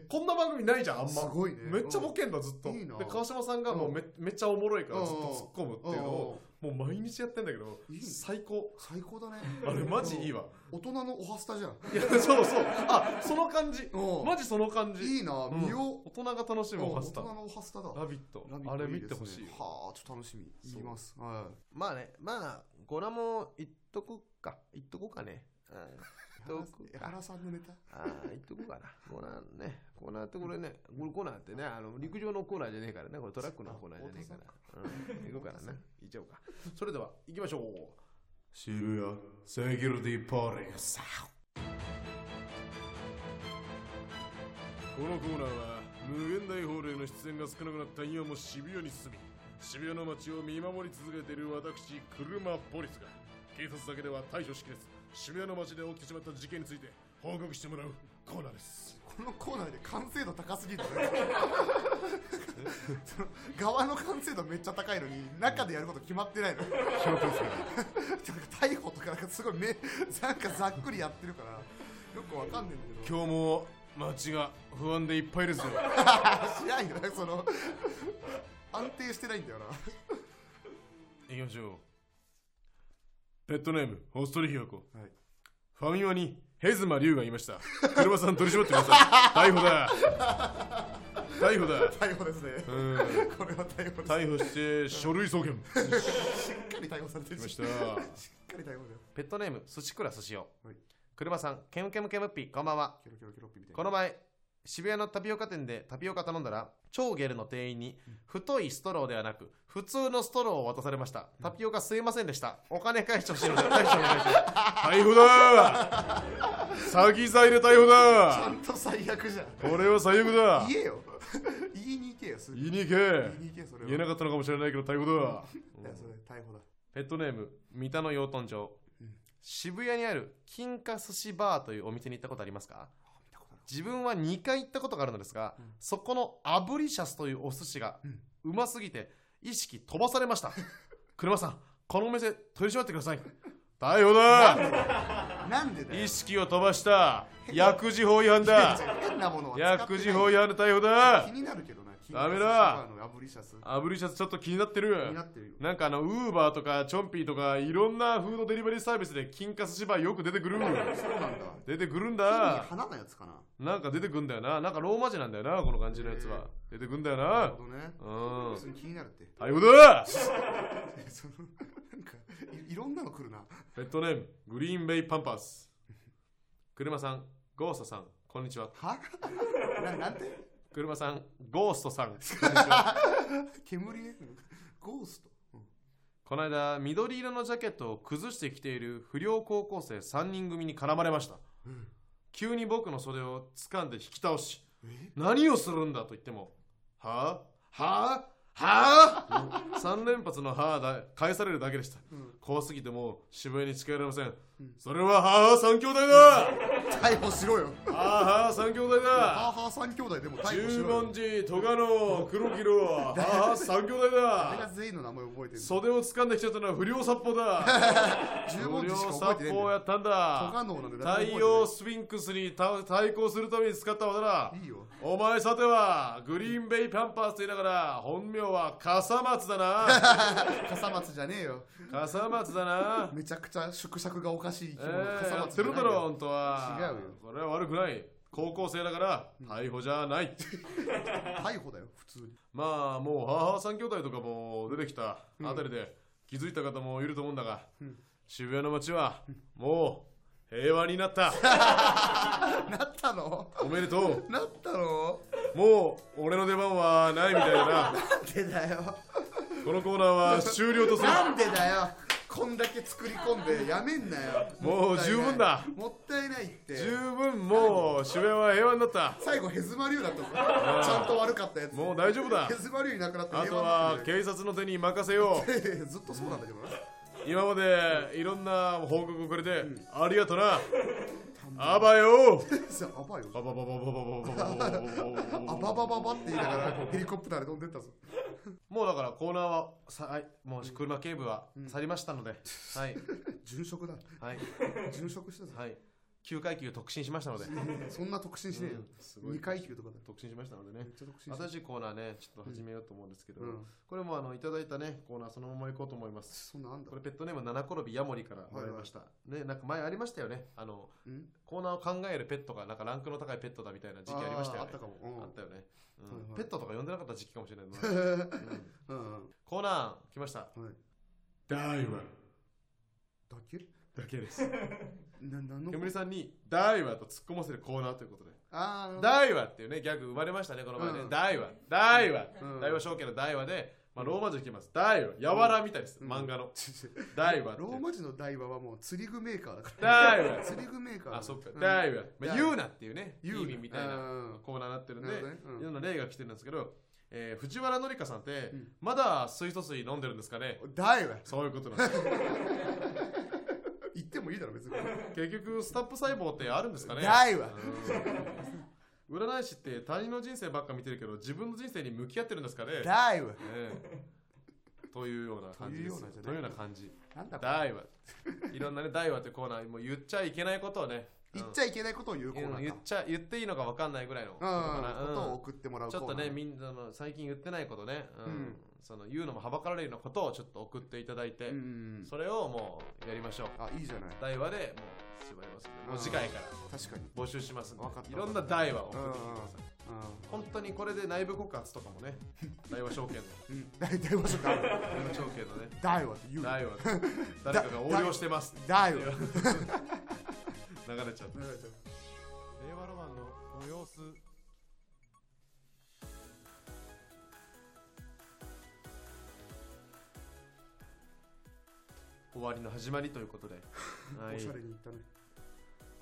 Speaker 1: よ、こんな番組ないじゃんあん
Speaker 2: す
Speaker 1: ま、
Speaker 2: ごいね
Speaker 1: めっちゃボケんのずっと
Speaker 2: いいな
Speaker 1: で川島さんがもうめ,、めっちゃおもろいからずっと突っ込むっていうのを
Speaker 2: あ
Speaker 1: もう毎日やってんだけど
Speaker 2: いいね
Speaker 1: 最高
Speaker 2: あ最高だね
Speaker 1: あれマジいい
Speaker 2: わ
Speaker 1: わ
Speaker 2: 大人のおはスタじゃん
Speaker 1: いやそうそうあその感じ
Speaker 2: うん
Speaker 1: マジその感じ
Speaker 2: いいな
Speaker 1: うん
Speaker 2: 見よう
Speaker 1: 大人が楽しむ
Speaker 2: うん
Speaker 1: パ
Speaker 2: 大
Speaker 1: スタ
Speaker 2: 人のおはスタだ
Speaker 1: ラビット
Speaker 2: ラビッ
Speaker 1: あ
Speaker 2: ト
Speaker 1: れ
Speaker 2: いい
Speaker 1: 見
Speaker 2: です
Speaker 1: て
Speaker 2: ね
Speaker 1: ほしいよ
Speaker 2: はあちょっと楽しみ言いますは
Speaker 4: まあね、まあ、ゴラも言っとこっか。言っとこうかね。うん
Speaker 2: い
Speaker 4: どうく
Speaker 2: 江原さんのネタ
Speaker 4: ああ、言っとこうかな。コーナーね、コーナーってこれね、これコーナーってね、あの、陸上のコーナーじゃねえからね、これトラックのコーナーじゃねえから。うん、行こうから
Speaker 1: (laughs)
Speaker 4: ね。行っちゃおうか。それでは、行きましょう。
Speaker 1: 渋谷セキュリティパーレスこのコーナーは無限大ホールへの出演が少なくなった今も渋谷に住み渋谷の街を見守り続けている私車ポリスが警察だけでは対処しきれず渋谷の街で起きてしまった事件について報告してもらうコーナーです
Speaker 2: このコーナーで完成度高すぎる
Speaker 1: (laughs)
Speaker 2: その側の完成度めっちゃ高いのに中でやること決まってないの (laughs) なんか逮捕とかなんかすごいめ (laughs) なんかざっくりやってるからよくわかんねえんだけど
Speaker 1: 今日も街が不安でいっぱいですよ
Speaker 2: しないよねその安定してないんだよな
Speaker 1: 行きましょう。ペットネーム、ホストリヒヨコ。
Speaker 2: はい
Speaker 1: ファミマにヘズマリュウがいました。車さん取り締まってくだ
Speaker 4: (laughs)
Speaker 1: さい。逮捕だ。逮捕だ。
Speaker 2: 逮捕ですね
Speaker 1: うん。
Speaker 2: これは逮捕です
Speaker 1: 逮
Speaker 2: し
Speaker 1: 捕して書
Speaker 4: (laughs)
Speaker 1: 類送検。
Speaker 2: っかり逮捕されて
Speaker 1: 来
Speaker 2: る
Speaker 1: ま
Speaker 2: し
Speaker 1: した。
Speaker 2: しっかり逮捕だよ
Speaker 4: ペットネーム、寿司倉寿司お
Speaker 2: はい
Speaker 4: 車さん、ケムケムケムッピー、こんばんは。
Speaker 2: キョロキョロキョロッピみたいな
Speaker 4: この前、渋谷のタピオカ店でタピオカ頼んだら、超ゲルの店員に、太いストローではなく、普通のストローを渡されました。タピオカすいませんでした。お金返してほしい
Speaker 1: (laughs)
Speaker 4: ので、返してお願いします。
Speaker 1: 逮捕だ。詐欺罪で逮捕
Speaker 2: ちゃ
Speaker 1: だ。
Speaker 2: んと最悪じゃん
Speaker 1: これは最悪だ。
Speaker 2: 言えよ言いに行けよすぐ
Speaker 1: 言いに行け
Speaker 2: 言い。に行けそれは
Speaker 1: 言えなかったのかもしれないけど逮捕だ。
Speaker 2: いやそれ逮捕だ
Speaker 1: ペットネーム三田の養豚場、
Speaker 2: うん
Speaker 1: 渋谷にある金華寿司バーというお店に行ったことありますか
Speaker 2: 見たことある
Speaker 1: 自分は2回行ったことがあるのですが、
Speaker 2: うん
Speaker 1: そこの炙りシャスというお寿司が
Speaker 2: うん
Speaker 1: うますぎて意識飛ばされました (laughs) 車さんこのお店取り締まってください逮捕だ
Speaker 2: なんでだよ
Speaker 1: 意識を飛ばした薬事法違反だ
Speaker 2: (laughs) 変なものは使ってない
Speaker 1: 薬事法違反の逮捕だ
Speaker 2: 気になるけどな
Speaker 1: ダメだ
Speaker 2: 金華寿司バーの炙りシャス
Speaker 1: 炙りシャツちょっと気になってる
Speaker 2: 気になってるよ
Speaker 1: なんかあのウーバーとかチョンピーとかいろんなフードデリバリーサービスで金貨寿司バーよく出てくる
Speaker 2: そうなんだ
Speaker 1: 出てくるん
Speaker 2: 火に
Speaker 1: だ
Speaker 2: 花のやつかな
Speaker 1: なんか出てくんだよななんかローマ字なんだよなこの感じのやつは出てくんだよ
Speaker 2: な
Speaker 1: な
Speaker 2: るほどね
Speaker 1: うん
Speaker 2: 別に気になるって (laughs)
Speaker 1: 逮捕だ
Speaker 2: そのなんかいいろんなの来るな
Speaker 1: ペットネームグリーンベイパンパース車さんゴーストさんこんにちは
Speaker 2: はななんて
Speaker 1: 車さんゴーストさんこんにちは
Speaker 2: 煙ねゴースト、うん
Speaker 1: この間緑色のジャケットを崩してきている不良高校生3人組に絡まれました
Speaker 2: うん
Speaker 1: 急に僕の袖を掴んで引き倒し
Speaker 2: え
Speaker 1: 何をするんだと言っても「はあはあはあ?」3連発の「はあ」だ返されるだけでした
Speaker 2: うん
Speaker 1: 怖すぎてもう渋谷に近寄れません、
Speaker 2: うん
Speaker 1: それは「はあ三兄弟だ!」「
Speaker 2: 逮捕しろよ
Speaker 1: はあはあ三兄弟
Speaker 2: ハー
Speaker 1: だ!
Speaker 2: ハー三兄弟でも」逮捕し
Speaker 1: 十
Speaker 2: ろよ
Speaker 1: 文字、戸賀野、黒木郎、はあはあ三兄弟
Speaker 2: 俺が
Speaker 1: だ
Speaker 2: 全員の名前覚えてる
Speaker 1: 袖を掴んできちゃったのは不良殺法だ
Speaker 2: 十
Speaker 1: 不
Speaker 2: 文字
Speaker 1: 良
Speaker 2: しか
Speaker 1: 殺
Speaker 2: 覚えてないん
Speaker 1: 法
Speaker 2: だ
Speaker 1: や
Speaker 2: よ
Speaker 1: ったん
Speaker 2: トガ
Speaker 1: だ
Speaker 2: ノーなんで誰も覚え
Speaker 1: 太
Speaker 2: てない
Speaker 1: 陽スフィンクスにた対抗するために使った技だ
Speaker 2: いいよ
Speaker 1: お前さてはグリーンベイパンパースと言いながら本名は笠松だな
Speaker 2: 笠松じゃねえよ
Speaker 1: 笠松だな
Speaker 2: めちゃくちゃ縮尺がおかしい生き
Speaker 1: え
Speaker 2: 物
Speaker 1: ー、
Speaker 2: 笠
Speaker 1: やっ
Speaker 2: 松
Speaker 1: て
Speaker 2: じ
Speaker 1: る
Speaker 2: ゃない
Speaker 1: だ
Speaker 2: よ
Speaker 1: ろ本当は
Speaker 2: 違うよ
Speaker 1: これは悪くない高校生だから逮捕じゃない、
Speaker 2: 逮捕だよ普通に
Speaker 1: まあもう母三兄弟とかも出てきたあたりで気づいた方もいると思うんだが、
Speaker 2: うん
Speaker 1: 渋谷の街はもう平和になった
Speaker 2: なったの
Speaker 1: おめでと
Speaker 2: なったの
Speaker 1: うもう俺の出番はないみたいだな
Speaker 2: なんでだよ
Speaker 1: このコーナーは終了とする
Speaker 2: なんでだよこんだけ作り込んでやめんなよ
Speaker 1: もう十分だ
Speaker 2: もったいないって
Speaker 1: 十分もう渋谷は平和になった
Speaker 2: 最後ヘズマリュウだったぞちゃんと悪かったやつ
Speaker 1: もう大丈夫だ
Speaker 2: ヘズマリュウいなくなって
Speaker 1: あと
Speaker 2: 平和
Speaker 1: は
Speaker 2: になって
Speaker 1: 警察の手に任せよう
Speaker 2: る (laughs) ずっとそうなんだけどな
Speaker 1: 今までいろんな報告をくれてありがとなあばよ
Speaker 2: さあばよ
Speaker 1: バババババババババ
Speaker 2: あばばばばって言いながらヘリコプターで飛んでったぞ
Speaker 1: もうだからコーナーはさはいもう車警部は去りました
Speaker 2: (laughs)
Speaker 1: のではい
Speaker 2: 殉職だ
Speaker 1: はい
Speaker 2: 殉職したぞ
Speaker 1: はい9階級特進しましたので
Speaker 2: そんな特進しねえよ
Speaker 1: すごい
Speaker 2: 2階級とかだよ
Speaker 1: 特進しましたのでね
Speaker 2: めっちゃ特進して
Speaker 1: 新しいコーナーねちょっと始めようと思うんですけど
Speaker 2: うん
Speaker 1: これもあのいただいたねコーナーそのまま行こうと思います
Speaker 2: そんなあんだ
Speaker 1: これペットネーム七転びヤモリからもらいました、ねなんか前ありましたよねあの
Speaker 2: うん
Speaker 1: コーナーを考えるペットがなんかランクの高いペットだみたいな時期ありましたよ
Speaker 2: ーあ
Speaker 1: ね
Speaker 2: ったかもうん
Speaker 1: あったよね、うん
Speaker 2: はいはい
Speaker 1: ペットとか呼んでなかった時期かもしれないな、うん
Speaker 2: (laughs) うんうん
Speaker 1: コーナー来ました
Speaker 2: はい
Speaker 1: ダイワ
Speaker 2: だけ
Speaker 1: だけです
Speaker 2: ななんの
Speaker 1: 煙さんにダイワと突っ込ませるコーナーということで
Speaker 2: あー
Speaker 1: ダイワっていうねギャグ生まれましたねこの前ね、
Speaker 2: うん
Speaker 1: ダイワダイワ、
Speaker 2: うん
Speaker 1: ダイワ証券のダイワでまあローマ字で聞きます。ダイワ、やわらみたいです。
Speaker 2: うん
Speaker 1: 漫画の。
Speaker 2: (laughs) ロ
Speaker 1: ダイワって。
Speaker 2: ーマ字のダイワはもう釣り具メーカーだか
Speaker 1: ダイワ
Speaker 2: ら。 (laughs) 釣り具メーカーだ
Speaker 1: あ、そっか
Speaker 2: う。ん
Speaker 1: ダイワ。まあ、
Speaker 2: ダイワ
Speaker 1: 言うなっていうね、意
Speaker 2: 言うな
Speaker 1: 味みたいな
Speaker 2: うん
Speaker 1: コーナーになってるんで、
Speaker 2: なるほどねうん
Speaker 1: いろんな例が来てるんですけど、えー藤原紀香さんって、
Speaker 2: うん
Speaker 1: まだ水素水飲んでるんですかね
Speaker 2: ダイワ
Speaker 1: そういうことなんです。
Speaker 2: 言ってもいいだろ別に
Speaker 1: 結局、スタップ細胞ってあるんですかね
Speaker 2: ダイワ
Speaker 1: うん占い師って他人の人生ばっか見てるけど、自分の人生に向き合ってるんですかねね
Speaker 2: ダイワ
Speaker 1: えというような感じですよ。
Speaker 2: と
Speaker 1: と
Speaker 2: いうよ
Speaker 1: いう
Speaker 2: うなじゃない
Speaker 1: ような感じ。
Speaker 2: なんだこれ
Speaker 1: ダイワ。いろんなね、ダイワってコーナー、もう言っちゃいけないことをね、うん
Speaker 2: 言っちゃいけないことを言うコーナ
Speaker 1: 言
Speaker 2: ー
Speaker 1: っ
Speaker 2: か
Speaker 1: ちゃ言っていいのか分かんないぐらいのことかな
Speaker 2: う
Speaker 1: うん
Speaker 2: んことを送ってもらう
Speaker 1: ち
Speaker 2: コ
Speaker 1: ょ
Speaker 2: ーナ
Speaker 1: っ
Speaker 2: ー
Speaker 1: とねみんなの最近言ってないことね、うん
Speaker 2: うん
Speaker 1: その言うのもはばかられるようなことをちょっと送っていただいて、
Speaker 2: うんうん
Speaker 1: それをもうやりましょう
Speaker 2: あいいじゃない
Speaker 1: 台話でもう縛りますのでもう
Speaker 2: うん
Speaker 1: 次回から
Speaker 2: 確かに
Speaker 1: 募集しますんで
Speaker 2: わかった
Speaker 1: いろんな台話を送ってきてください、
Speaker 2: う
Speaker 1: 本当にこれで内部告発とかも
Speaker 5: (laughs)
Speaker 1: ね台話証券の
Speaker 2: んうん大体場所がある
Speaker 1: 内部証券のね
Speaker 2: ダイワって言う
Speaker 1: 台話誰かが横領してます
Speaker 2: ダイ
Speaker 1: 流
Speaker 2: ワ
Speaker 1: れちゃった
Speaker 5: 令和ロマンのご様子
Speaker 1: 終わりの始まりということで、は
Speaker 5: (laughs)
Speaker 1: い
Speaker 2: おしゃれに言ったね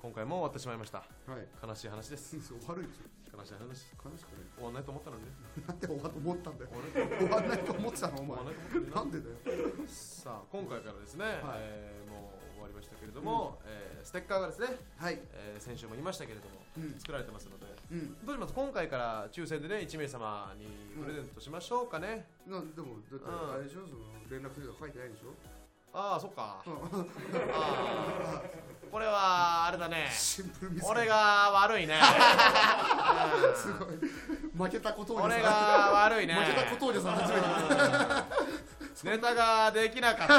Speaker 1: 今回も終わってしまいました
Speaker 2: はい。
Speaker 1: 悲しい話です
Speaker 2: 悪いですよ。
Speaker 1: 悲しい話です
Speaker 2: 悲しくない。
Speaker 1: 終わんないと思ったのにね
Speaker 2: なんで終わると思ったんだよ。
Speaker 1: 終わんない
Speaker 2: 終わんないと思ってたの、お
Speaker 1: 終わ
Speaker 2: 前
Speaker 1: ん。ないと思ったのにね
Speaker 2: なんでだよ。
Speaker 1: さあ今回からですね、
Speaker 2: はい
Speaker 1: えーもう終わりましたけれども、えーステッカーがですね、
Speaker 2: はい。
Speaker 1: えー先週も言いましたけれども
Speaker 2: うん。
Speaker 1: 作られてますので
Speaker 2: うん。
Speaker 1: どうします今回から抽選でね1名様にプレゼントしましょうかね、
Speaker 2: なんでも、だって、
Speaker 1: うん
Speaker 2: あれでしょ、その連絡先とか書いてないでしょ。
Speaker 1: ああそっか、
Speaker 2: うん
Speaker 1: あーこれはあれだね
Speaker 2: シンプルミス。
Speaker 1: 俺。が悪
Speaker 2: (laughs)
Speaker 1: いねうん
Speaker 2: すごい。負けたことを
Speaker 1: 俺が悪いね
Speaker 2: 負けたことをじゃさん、初めて。
Speaker 1: ネタができなか
Speaker 2: (laughs)
Speaker 1: った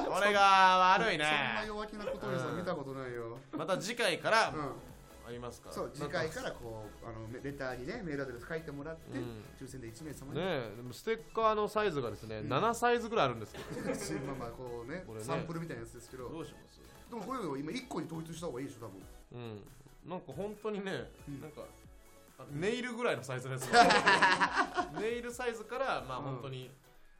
Speaker 1: ね俺が悪いね
Speaker 2: そんな弱気なことをさ
Speaker 1: うんん
Speaker 2: 見たことないよ。
Speaker 1: また次回から
Speaker 2: うん。
Speaker 1: ありますから
Speaker 2: そう、次回からこう、あの、めレターにね、メールアドレス書いてもらって
Speaker 1: うん、
Speaker 2: 抽選で1名様
Speaker 1: ね
Speaker 2: に。 (laughs)
Speaker 1: えでもステッカーのサイズがですね、
Speaker 2: うん
Speaker 1: 7サイズぐらいあるんですけど
Speaker 2: まあまあ、こうね
Speaker 1: これ、ね
Speaker 2: サンプルみたいなやつですけど。
Speaker 1: どうします
Speaker 2: でもこういうの今一個に統一した方がいいでしょ多分
Speaker 1: うんなんか本当にね、
Speaker 2: うん
Speaker 1: なんかあネイルぐらいのサイズのやつ
Speaker 2: (laughs)
Speaker 1: がネイルサイズからまあ
Speaker 2: うん
Speaker 1: 本当に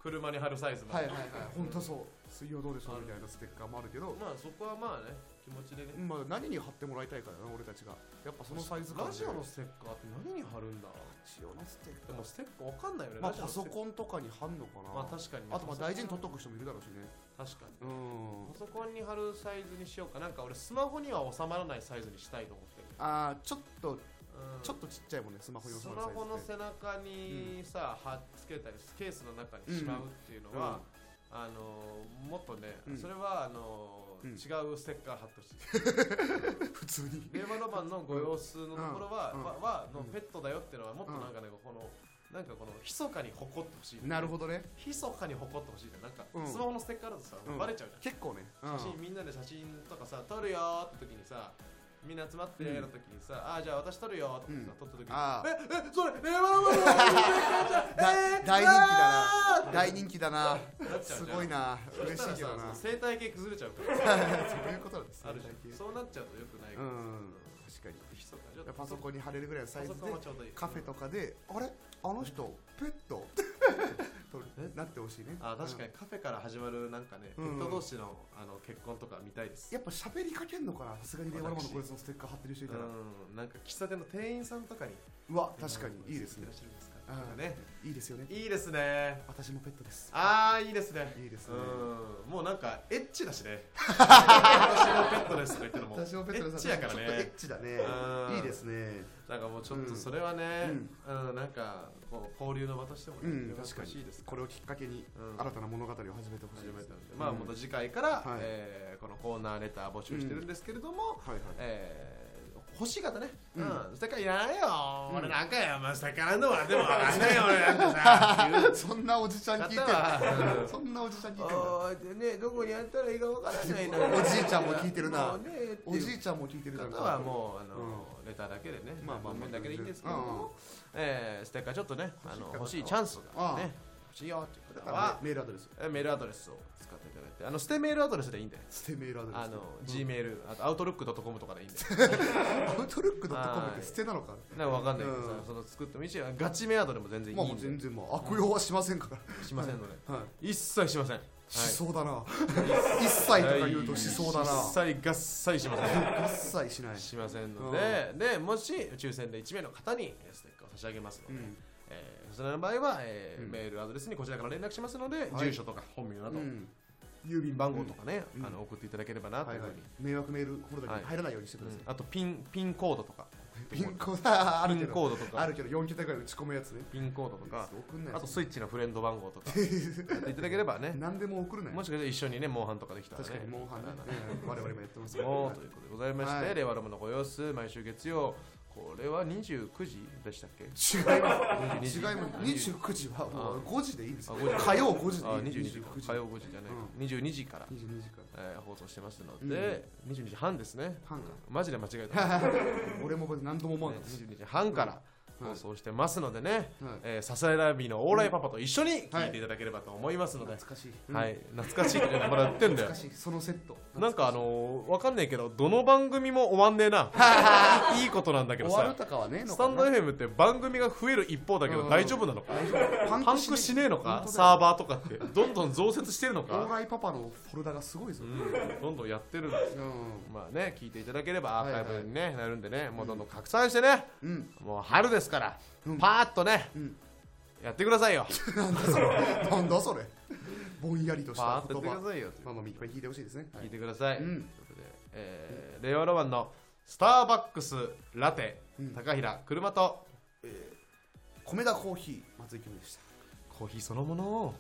Speaker 1: 車に貼るサイズま
Speaker 2: は
Speaker 1: で、
Speaker 2: いはいはい本当そう水曜どうでしょうみたいなステッカーもあるけど
Speaker 1: まあそこはまあね気持ちでね
Speaker 2: まあ何に貼ってもらいたいからな俺たちがやっぱそのサイズ感
Speaker 1: ラジオの
Speaker 2: ラ
Speaker 1: ステッカーって何に貼るんだ
Speaker 2: ジオのステッ
Speaker 1: で
Speaker 2: カ
Speaker 1: も
Speaker 2: ー
Speaker 1: ステッカーわかんないよね、
Speaker 2: まあ
Speaker 1: ラジオ
Speaker 2: パ
Speaker 1: のステ
Speaker 2: ソ
Speaker 1: ッカー
Speaker 2: コンとかに貼んのかな
Speaker 1: まあ確かにね
Speaker 2: あとまあ大事に取っとく人もいるだろうしね
Speaker 1: 確かに
Speaker 2: うん
Speaker 1: パソコンに貼るサイズにしようかなんか俺スマホには収まらないサイズにしたいと思ってる、
Speaker 2: ああちょっと
Speaker 1: うん
Speaker 2: ちょっとちっちゃいもんねスマホ用
Speaker 1: スマホの背中にさ、貼っつけたりケースの中にしまうっていうのは、あのーもっとね、
Speaker 2: うん
Speaker 1: それはあのー
Speaker 2: うん
Speaker 1: 違うステッカー貼
Speaker 2: (laughs)
Speaker 1: ってほしい
Speaker 2: 普通に
Speaker 1: 令和ロマンのご様子のところは,、
Speaker 2: うん
Speaker 1: は
Speaker 2: うん
Speaker 1: はの
Speaker 2: うん
Speaker 1: ペットだよっていうのはもっとなんかね、このなんかこの密かに誇ってほしい、
Speaker 2: なるほどね
Speaker 1: 密かに誇ってほしいじゃんなんか、
Speaker 2: うん
Speaker 1: スマホのステッカーだとさ、
Speaker 2: うん
Speaker 1: バレちゃうじゃん
Speaker 2: 結構ねうん
Speaker 1: 写真みんなで写真とかさ撮るよーって時にさみんな集まっての時にさ、ああじゃあ私撮るよーってさ、撮
Speaker 2: うん
Speaker 1: った時 (laughs) に
Speaker 2: あ
Speaker 1: ええそれ令和ロマンのご様子じゃん
Speaker 2: あだ大人気だな大人気だな
Speaker 1: なっちゃう
Speaker 2: す
Speaker 1: じゃん
Speaker 2: ごいな嬉し
Speaker 1: そ
Speaker 2: い
Speaker 1: し
Speaker 2: け
Speaker 1: た
Speaker 2: ど
Speaker 1: ら
Speaker 2: な
Speaker 1: さ
Speaker 2: (laughs) そ
Speaker 1: 生態系崩れちゃうから
Speaker 2: ういうことなんです
Speaker 1: あるじゃん
Speaker 2: 最近
Speaker 1: そうなっちゃうとよくないか
Speaker 2: う
Speaker 1: ら
Speaker 2: ん確かに
Speaker 1: ひそかにちょっと
Speaker 2: パソコンに貼れるぐらいのサ
Speaker 1: パ
Speaker 2: イ
Speaker 1: ソ
Speaker 2: ズ
Speaker 1: コ
Speaker 2: で
Speaker 1: ンはちょうどいい
Speaker 2: カフェとかで、あれあの人ペットとなってほしいね
Speaker 1: あ確かにカフェから始まるなんかね、
Speaker 2: うん
Speaker 1: ペット同士のあの結婚とか見たいです
Speaker 2: やっぱ喋りかけんのかなさすがに令和ロマンのこいつのステッカー貼ってる人いたら
Speaker 1: うんなんか喫茶店の店員さんとかに
Speaker 2: うわ確かにいいですね
Speaker 1: らっしゃるんですか
Speaker 2: あー
Speaker 1: とかね
Speaker 2: いいですよね
Speaker 1: いいですね
Speaker 2: 私もペットです
Speaker 1: ああいいですね
Speaker 2: いいですね
Speaker 1: うんもうなんかエッチだし
Speaker 2: (laughs)
Speaker 1: ね私もペットですとか言ってるのも
Speaker 2: 私もペット
Speaker 1: エ
Speaker 2: で
Speaker 1: ッ
Speaker 2: す
Speaker 1: チやから
Speaker 2: ちょっとエ
Speaker 1: ね
Speaker 2: ッチだ
Speaker 1: うん
Speaker 2: ねいいですね
Speaker 1: なんかもうちょっと
Speaker 2: うん
Speaker 1: それはね、うんなんかこう交流の場としてもね、
Speaker 2: うん
Speaker 1: 広がって
Speaker 2: 確か
Speaker 1: ほしい
Speaker 2: に
Speaker 1: です
Speaker 2: これをきっかけに
Speaker 1: うん
Speaker 2: 新たな物語を始めてほし
Speaker 1: 始
Speaker 2: いで
Speaker 1: め
Speaker 2: す
Speaker 1: たので、
Speaker 2: うん
Speaker 1: まあまた次回から、
Speaker 2: はい
Speaker 1: えーこのコーナーレター募集してるんですけれども、
Speaker 2: はいはい
Speaker 1: えー星型ね、う
Speaker 2: うんん、
Speaker 1: ステッカーいらないよ、
Speaker 2: うん
Speaker 1: 俺なんかや、まあ、ステッカーなんでもらってもわかんないよ、俺なんかさ、言う
Speaker 2: そんなおじちゃん聞いてん
Speaker 1: 方は
Speaker 2: のそんなおじ (laughs) ちゃん聞いてんだ
Speaker 1: おーね、どこにやったらいいかわからないな
Speaker 2: おじいちゃんも聞いてるな
Speaker 1: もうねって
Speaker 2: お
Speaker 1: いう
Speaker 2: じいちゃんも聞いてるだろうな
Speaker 1: 方はもうあの、レターだけでね、ま
Speaker 2: ま
Speaker 1: あ
Speaker 2: あ
Speaker 1: まあ
Speaker 2: まあまあ
Speaker 1: だけでいいんですけども、
Speaker 2: うんうん
Speaker 1: えーステッカーちょっとね、あの欲
Speaker 2: 欲
Speaker 1: し
Speaker 2: し
Speaker 1: い
Speaker 2: い
Speaker 1: チャンスが
Speaker 2: う
Speaker 1: ね
Speaker 2: ん、
Speaker 1: 欲しいよっていう
Speaker 2: だ
Speaker 1: 方
Speaker 2: か
Speaker 1: は
Speaker 2: ら、メールアドレス
Speaker 1: えーメールアドレスを使っていただいて、あのステメールアドレスでいいんで、
Speaker 2: ステメールアドレス
Speaker 1: あの、G メール、あとアウトロックドットコムとかでいい
Speaker 2: (laughs)
Speaker 1: んで、
Speaker 2: アウトルックドットコムっ
Speaker 1: はい
Speaker 2: て捨てなのか
Speaker 1: なんかわかんないけどさ
Speaker 2: う、ん
Speaker 1: その作ってもいいし、ガチメアドでも全然い
Speaker 2: まあ
Speaker 1: い
Speaker 2: もうん全
Speaker 1: で、
Speaker 2: 然まあ悪用はしませんから、
Speaker 1: しませんので、
Speaker 2: はい、
Speaker 1: 一切しません。
Speaker 2: しそうだな一切とか言うとしそうだな
Speaker 1: 一切合切しません。
Speaker 2: 合切しない
Speaker 1: しませんので、で、もし抽選で1名の方にえーステッカーを差し上げます
Speaker 2: う
Speaker 1: ので、
Speaker 2: ん
Speaker 1: えーそちらの場合は、えー
Speaker 2: うん
Speaker 1: メールアドレスにこちらから連絡しますので、
Speaker 2: はい
Speaker 1: 住所とか本名な
Speaker 2: う
Speaker 1: ど、
Speaker 2: ん
Speaker 1: 郵便番号とかね、
Speaker 2: うん
Speaker 1: あの送っていただければなと
Speaker 2: はいいう
Speaker 1: ふう
Speaker 2: はい
Speaker 1: に、
Speaker 2: 迷惑メールフォルダに入らないようにしてくださ
Speaker 1: うんあとピンピンコードとか
Speaker 2: い、 (laughs) ピンコードあ
Speaker 1: ピ
Speaker 2: るけ
Speaker 1: ン
Speaker 2: ど
Speaker 1: コードとか
Speaker 2: あるけど4桁ぐらい打ち込むやつね
Speaker 1: ピンコードとか
Speaker 2: 送んない
Speaker 1: あとスイッチのフレンド番号と
Speaker 2: (laughs)
Speaker 1: かやっていただければね
Speaker 2: 何でも送るなよ
Speaker 1: もしかして一緒にねモンハンとかできたらね
Speaker 2: 確かにモンハンねうん我々もやってますけど
Speaker 1: そうということでございまして、
Speaker 2: はい
Speaker 1: 令和ロマンのご様子毎週月曜これは29時でしたっけ
Speaker 2: 違い
Speaker 1: 22
Speaker 2: ます
Speaker 1: 時
Speaker 2: 違います29時はもう5時でいいですよ
Speaker 1: あ5時
Speaker 2: 火曜5時
Speaker 1: あ
Speaker 2: でいい
Speaker 1: 22時
Speaker 2: 29時
Speaker 1: 火曜5時じゃない、22時から、
Speaker 2: 22時から
Speaker 1: えー放送してますので、22時半ですね
Speaker 2: 半か
Speaker 1: マジで間違えた、ね、
Speaker 2: 俺もこれ何度も思わなかった
Speaker 1: 22時半から、放送してますのでね、
Speaker 2: はい
Speaker 1: えー、ササラビのオーライパパと一緒に聞いていただければと思いますので、
Speaker 2: 懐かしい。
Speaker 1: はい、懐かしいってまだ言ってんだ
Speaker 2: 懐
Speaker 1: よ
Speaker 2: か。しい。そのセット。
Speaker 1: なんかあのー、わかんないけど、どの番組も終わんねえ
Speaker 2: (laughs)
Speaker 1: な。いいことなんだけど
Speaker 2: 終わる
Speaker 1: さ。
Speaker 2: とかはね、
Speaker 1: スタンド FM って番組が増える一方だけ
Speaker 2: う
Speaker 1: ど
Speaker 2: ん
Speaker 1: 大丈夫なのか
Speaker 2: パ
Speaker 1: パンクしねえのか
Speaker 2: 本当だよ
Speaker 1: サーバーとかってどんどん増設してるの
Speaker 2: オー
Speaker 1: か、
Speaker 2: ライパパのフォルダがすごいぞ
Speaker 1: う。ん、どんどんやってるんです
Speaker 2: う
Speaker 1: まあね聞いていただければア
Speaker 2: はい
Speaker 1: ー
Speaker 2: はい
Speaker 1: カイブに、ねなるんでねもうどんどん拡散してね、
Speaker 2: ん。うん。
Speaker 1: もう春ですから、
Speaker 2: うん
Speaker 1: パーッとね、
Speaker 2: うん
Speaker 1: やってくださいよ
Speaker 2: なんだそれ。 (laughs) なんだそれ。ぼんやりとし
Speaker 1: パーッ
Speaker 2: た
Speaker 1: と
Speaker 2: 言
Speaker 1: やってく
Speaker 2: 葉。
Speaker 1: ださいよ
Speaker 2: まあまあ、いっぱい聞いてほしいですね。は
Speaker 1: 聞
Speaker 2: い
Speaker 1: いてください、
Speaker 2: うん
Speaker 1: ということで、えー令和ロマンのスターバックスラテ、
Speaker 2: うん
Speaker 1: 高平車と
Speaker 2: 米田コーヒー、松井君でした。
Speaker 1: コーヒーそのものを